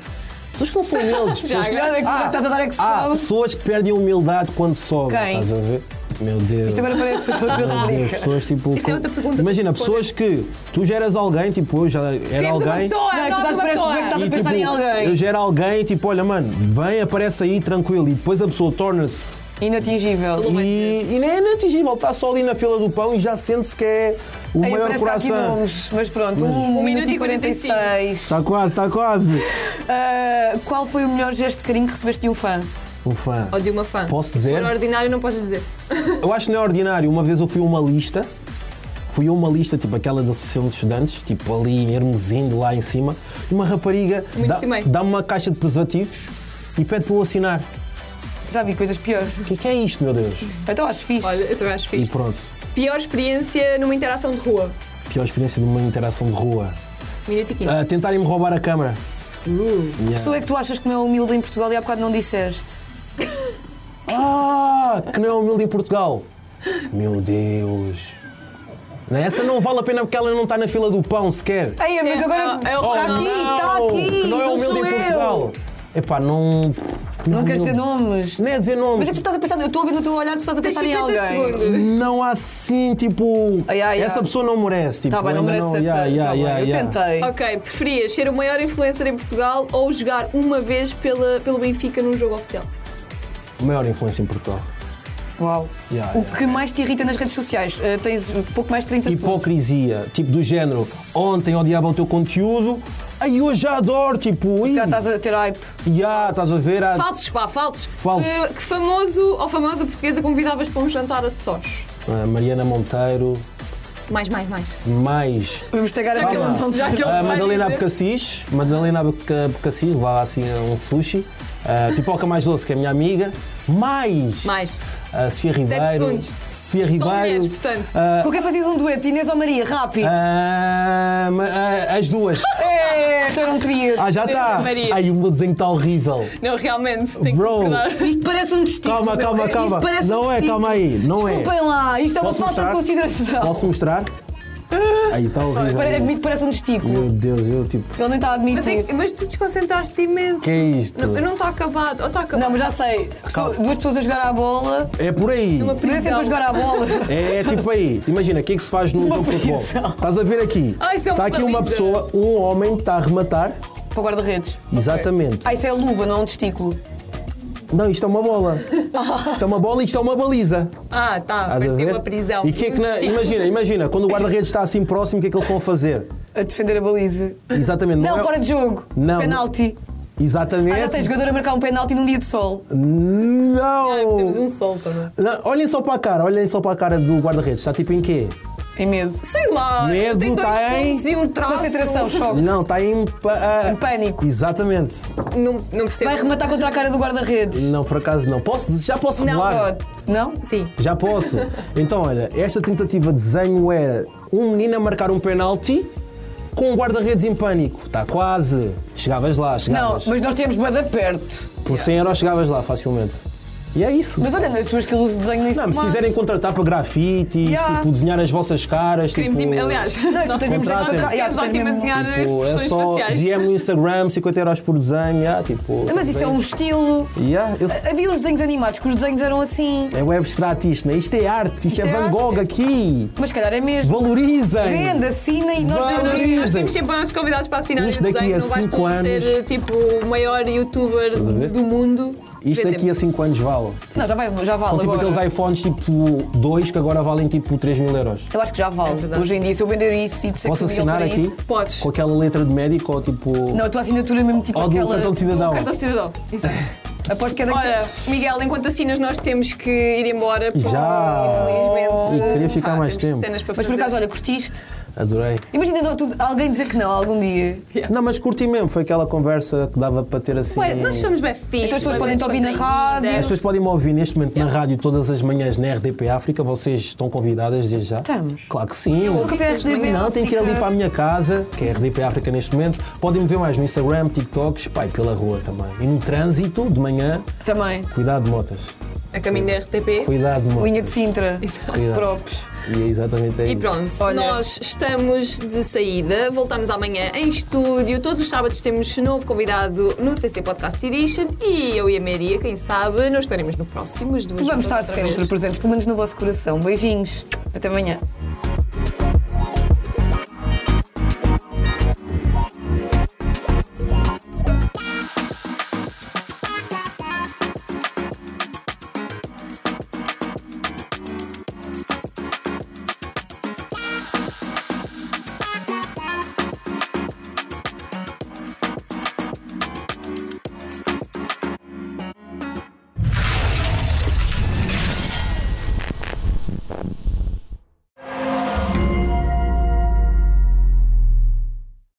Pessoas que não
<laughs>
são humildes.
Já,
pessoas que...
Já é que
Ah,
estás a dar
Há
expose.
pessoas que perdem a humildade quando sobem.
Quem?
Estás a ver? Meu Deus. Ah,
Isto é agora parece outra
Meu Deus,
rubrica.
pessoas tipo.
Isto é outra pergunta.
Imagina, pessoas que tu já eras alguém, tipo, eu já era
Queremos uma
alguém.
pessoa!
Não, é que tu
nós
estás-
uma
parece que
pessoa.
estás- a pensar em alguém.
tipo, Eu já era alguém, tipo, olha, mano, vem, aparece aí tranquilo. E depois a pessoa torna-se.
Inatingível.
E, e nem é inatingível, está só ali na fila do pão e já sente-se que é o
Aí
maior
aparece cá aqui
coração.
nomes, mas pronto, um, minuto e 46.
Está Tá quase, está quase.
Ah, qual foi o melhor gesto de carinho que recebeste de um fã?
Um fã.
Ou de uma fã.
Posso
Se
dizer?
for ordinário, não podes dizer.
Eu acho que não é ordinário. Uma vez eu fui a uma lista, fui a uma lista, tipo aquela da Associação de Estudantes, tipo ali em Hermesindo, lá em cima, e uma rapariga
Muito
dá-
por cima.
dá-me uma caixa de preservativos e pede para eu assinar.
Já vi coisas piores.
O que é que é isto, meu Deus?
Então acho fixe.
Olha, eu também acho
E
fixe.
pronto,
Pior experiência numa interação de rua.
pior experiência de uma interação de rua.
Minuto e 15.
Ah, Tentarem-me roubar a câmara.
Que
Yeah.
pessoa é que tu achas que não é humilde em Portugal e há bocado não disseste?
Ah, que não é humilde em Portugal. Meu Deus. Não, é? Essa não vale a pena porque ela não está na fila do pão sequer. Oh,
Ai, mas agora
É, é o
está
Ronaldo.
Tá aqui, está
Não,
aqui,
Que não é humilde
sou
em
eu.
Portugal. Epá, não.
Não
é
queres dizer
humilde.
nomes.
Nem é dizer nomes.
Mas é que tu estás a pensar, eu estou a ouvir no teu olhar, tu estás a
Tens
pensar em
50
alguém.
segundos.
Não há assim, tipo.
Ai, ai,
essa
ai.
pessoa não merece. Tipo,
Está Tá bem, não
ainda
merece essa.
yeah, yeah,
tá bem,
yeah,
eu
yeah.
tentei.
Ok, preferias ser o maior influencer em Portugal ou jogar uma vez pela, pelo Benfica num jogo oficial?
Maior influência em Portugal.
Uau.
Yeah,
o
yeah,
que mais te irrita nas redes sociais? Uh, tens pouco mais de 30 segundos.
Hipocrisia. Tipo, do género. Ontem odiava o teu conteúdo. Aí hoje já adoro. Tipo,
Já estás a ter hype.
yeah, estás a ver. há-
Falsos, pá, falsos.
Falsos.
Que, que famoso ou famosa portuguesa convidavas para um jantar a sós?
Ah, Mariana Monteiro.
Mais, mais, mais.
Mais.
Vamos tagar
Já que
aquele
ele-
nome.
já que ele-
Ah,
vai
Madalena
dizer.
Abcacis, Madalena Abca- Abcacis, lá assim é um sushi. Ah, pipoca mais doce, que é a minha amiga. Mais!
Mais.
Ah, Cia Ribeiro.
segundos.
Cia Ribeiro.
mulheres, portanto.
Ah,
Com quem fazias um dueto? Inês ou Maria? Rápido.
ah, ma- ah,
<laughs>
as duas.
É, então eu não queria.
Ah, já
Deus
está.
a Maria.
Ai, o meu desenho está horrível.
Não, realmente, tenho
Bro.
que concordar.
Isto parece um destino.
Calma, calma,
Isto
calma.
parece um
Não é,
destino.
calma aí. Não é.
Desculpem lá, isto é uma
Posso
falta
mostrar?
de consideração.
Posso mostrar? Aí está horrível.
Pare- Admito que parece um testículo.
Meu Deus, eu tipo.
Ele nem está a admitir.
Mas, é que- mas tu desconcentraste imenso.
Que é isto?
Não, eu não estou acabado. Ou está acabado?
Não, mas já sei.
Calma.
São Duas pessoas a jogar à bola.
É por aí.
Uma
Não é sempre
prisão.
a jogar à bola. <laughs>
É, é tipo aí, imagina, o que é que se faz num
Uma
jogo de futebol?
prisão.
Estás a ver aqui?
Ah, isso é
Está
uma
aqui uma
baliza.
pessoa, um homem que está a rematar.
Para o guarda-redes.
Exatamente.
Ah, isso é a luva, não é um testículo.
Não, isto é
<laughs>
uma bola. Isto é uma bola e isto é uma baliza.
Ah, tá.
Estás a
Parecia
ver?
uma prisão.
E o que é
<laughs>
que na- Imagina, imagina, quando o guarda-redes está assim próximo, o que é que eles vão fazer?
A defender a baliza.
Exatamente.
Não,
é-
fora de jogo.
Não. É assim.
Penalti. Ah, já sei,
Exatamente.
jogador a marcar um penalti num dia de sol.
Ah, temos
Não.
um sol também.
Não, Olhem só para a cara, olhem só para a cara do guarda-redes. Está tipo em quê?
Em medo.
Sei lá.
Medo,
tem dois
tá, hein?
pontos e um traço.
Concentração, choque.
Não, está em. pa- ah,
Em pânico.
Exatamente.
Não, não percebo.
Vai arrematar contra a cara do guarda-redes.
Não, por acaso não. Posso, já posso
Não,
revelar?
pode.
Não?
Sim.
Já posso. Então, olha, esta tentativa de desenho é um menino a marcar um penalti com um guarda-redes em pânico. Está quase. Chegavas lá,
Não,
chegavas.
mas nós temos bada perto.
Por 100 euros chegavas lá facilmente. E é isso.
Mas olha, as pessoas que eu uso desenho nem
Não,
sei
se
mais.
quiserem contratar para grafites,
Yeah.
tipo, desenhar as vossas caras.
Queremos
tipo,
im- aliás,
Não,
<laughs>
é que tu tens mesmo
Contratem.
já- já-
é
tu
ótimo
tens
a
mesmo-
desenhar
<laughs>
tipo, é
expressões
só
faciais.
DM no Instagram, 50 euros por desenho. Yeah, tipo,
Mas isso é um estilo.
Yeah, eu-
Havia uns desenhos animados que os desenhos eram assim.
É web abstratista, isto é arte, isto,
Isto
é,
é
Van
arte.
Gogh aqui.
Mas se calhar é mesmo.
Valorizem!
Vende, assina e nós
Vamos.
vendemos.
Nós
Dizem.
temos sempre os convidados para assinar
Isto
o
daqui
desenho,
a
não vais
cinco
tu
anos.
ser tipo o maior youtuber
a ver?
do mundo.
Isto
Vê
daqui a
tempo.
5 anos vale.
Não, já, vai, já vale
São tipo
agora.
aqueles iPhones tipo 2 que agora valem tipo 3 mil euros.
Eu acho que já vale.
verdade.
Hoje em dia, se eu vender isso e disser
É Posso
que o Miguel
assinar
tem
aqui?
isso-
Podes.
Com aquela letra de médico ou tipo.
Não, a tua assinatura é mesmo tipo
Ou do
aquela.
cartão de cidadão.
Cartão de cidadão, exato.
Aposto que é daquela.
Ora, Miguel, enquanto assinas, nós temos que ir embora. porque,
Já.
Infelizmente.
E queria ficar
pá,
mais
temos
tempo.
Cenas para
Mas por
fazer.
acaso, olha, curtiste?
Adorei.
Imagina não, tu- alguém dizer que não algum dia.
Não, mas curti mesmo, foi aquela conversa que dava para ter assim.
Ué, nós somos bem fixe.
Então as pessoas
bem
podem te ouvir na rádio.
As
descontraídas.
pessoas podem me ouvir neste momento na rádio todas as manhãs na RDP África. Vocês estão convidadas desde já?
Estamos.
Claro que sim.
nunca vi a RDP
Não, tenho que ir ali
África.
para a minha casa, que é RDP África neste momento. Podem me ver mais no Instagram, TikToks, pai, pela rua também. E no trânsito, de manhã,
Também.
cuidado, motas.
A caminho da RTP.
Cuidado, motas.
Linha de Sintra.
Cuidado.
Próprios.
E é exatamente aí.
E pronto,
Olha.
nós estamos de saída, voltamos amanhã em estúdio. Todos os sábados temos novo convidado no CC Podcast Edition e eu e a Maria, quem sabe, nós estaremos no próximo. as duas
Vamos estar
juntas outra
sempre
vez.
presentes, pelo menos no vosso coração. Beijinhos. Até amanhã.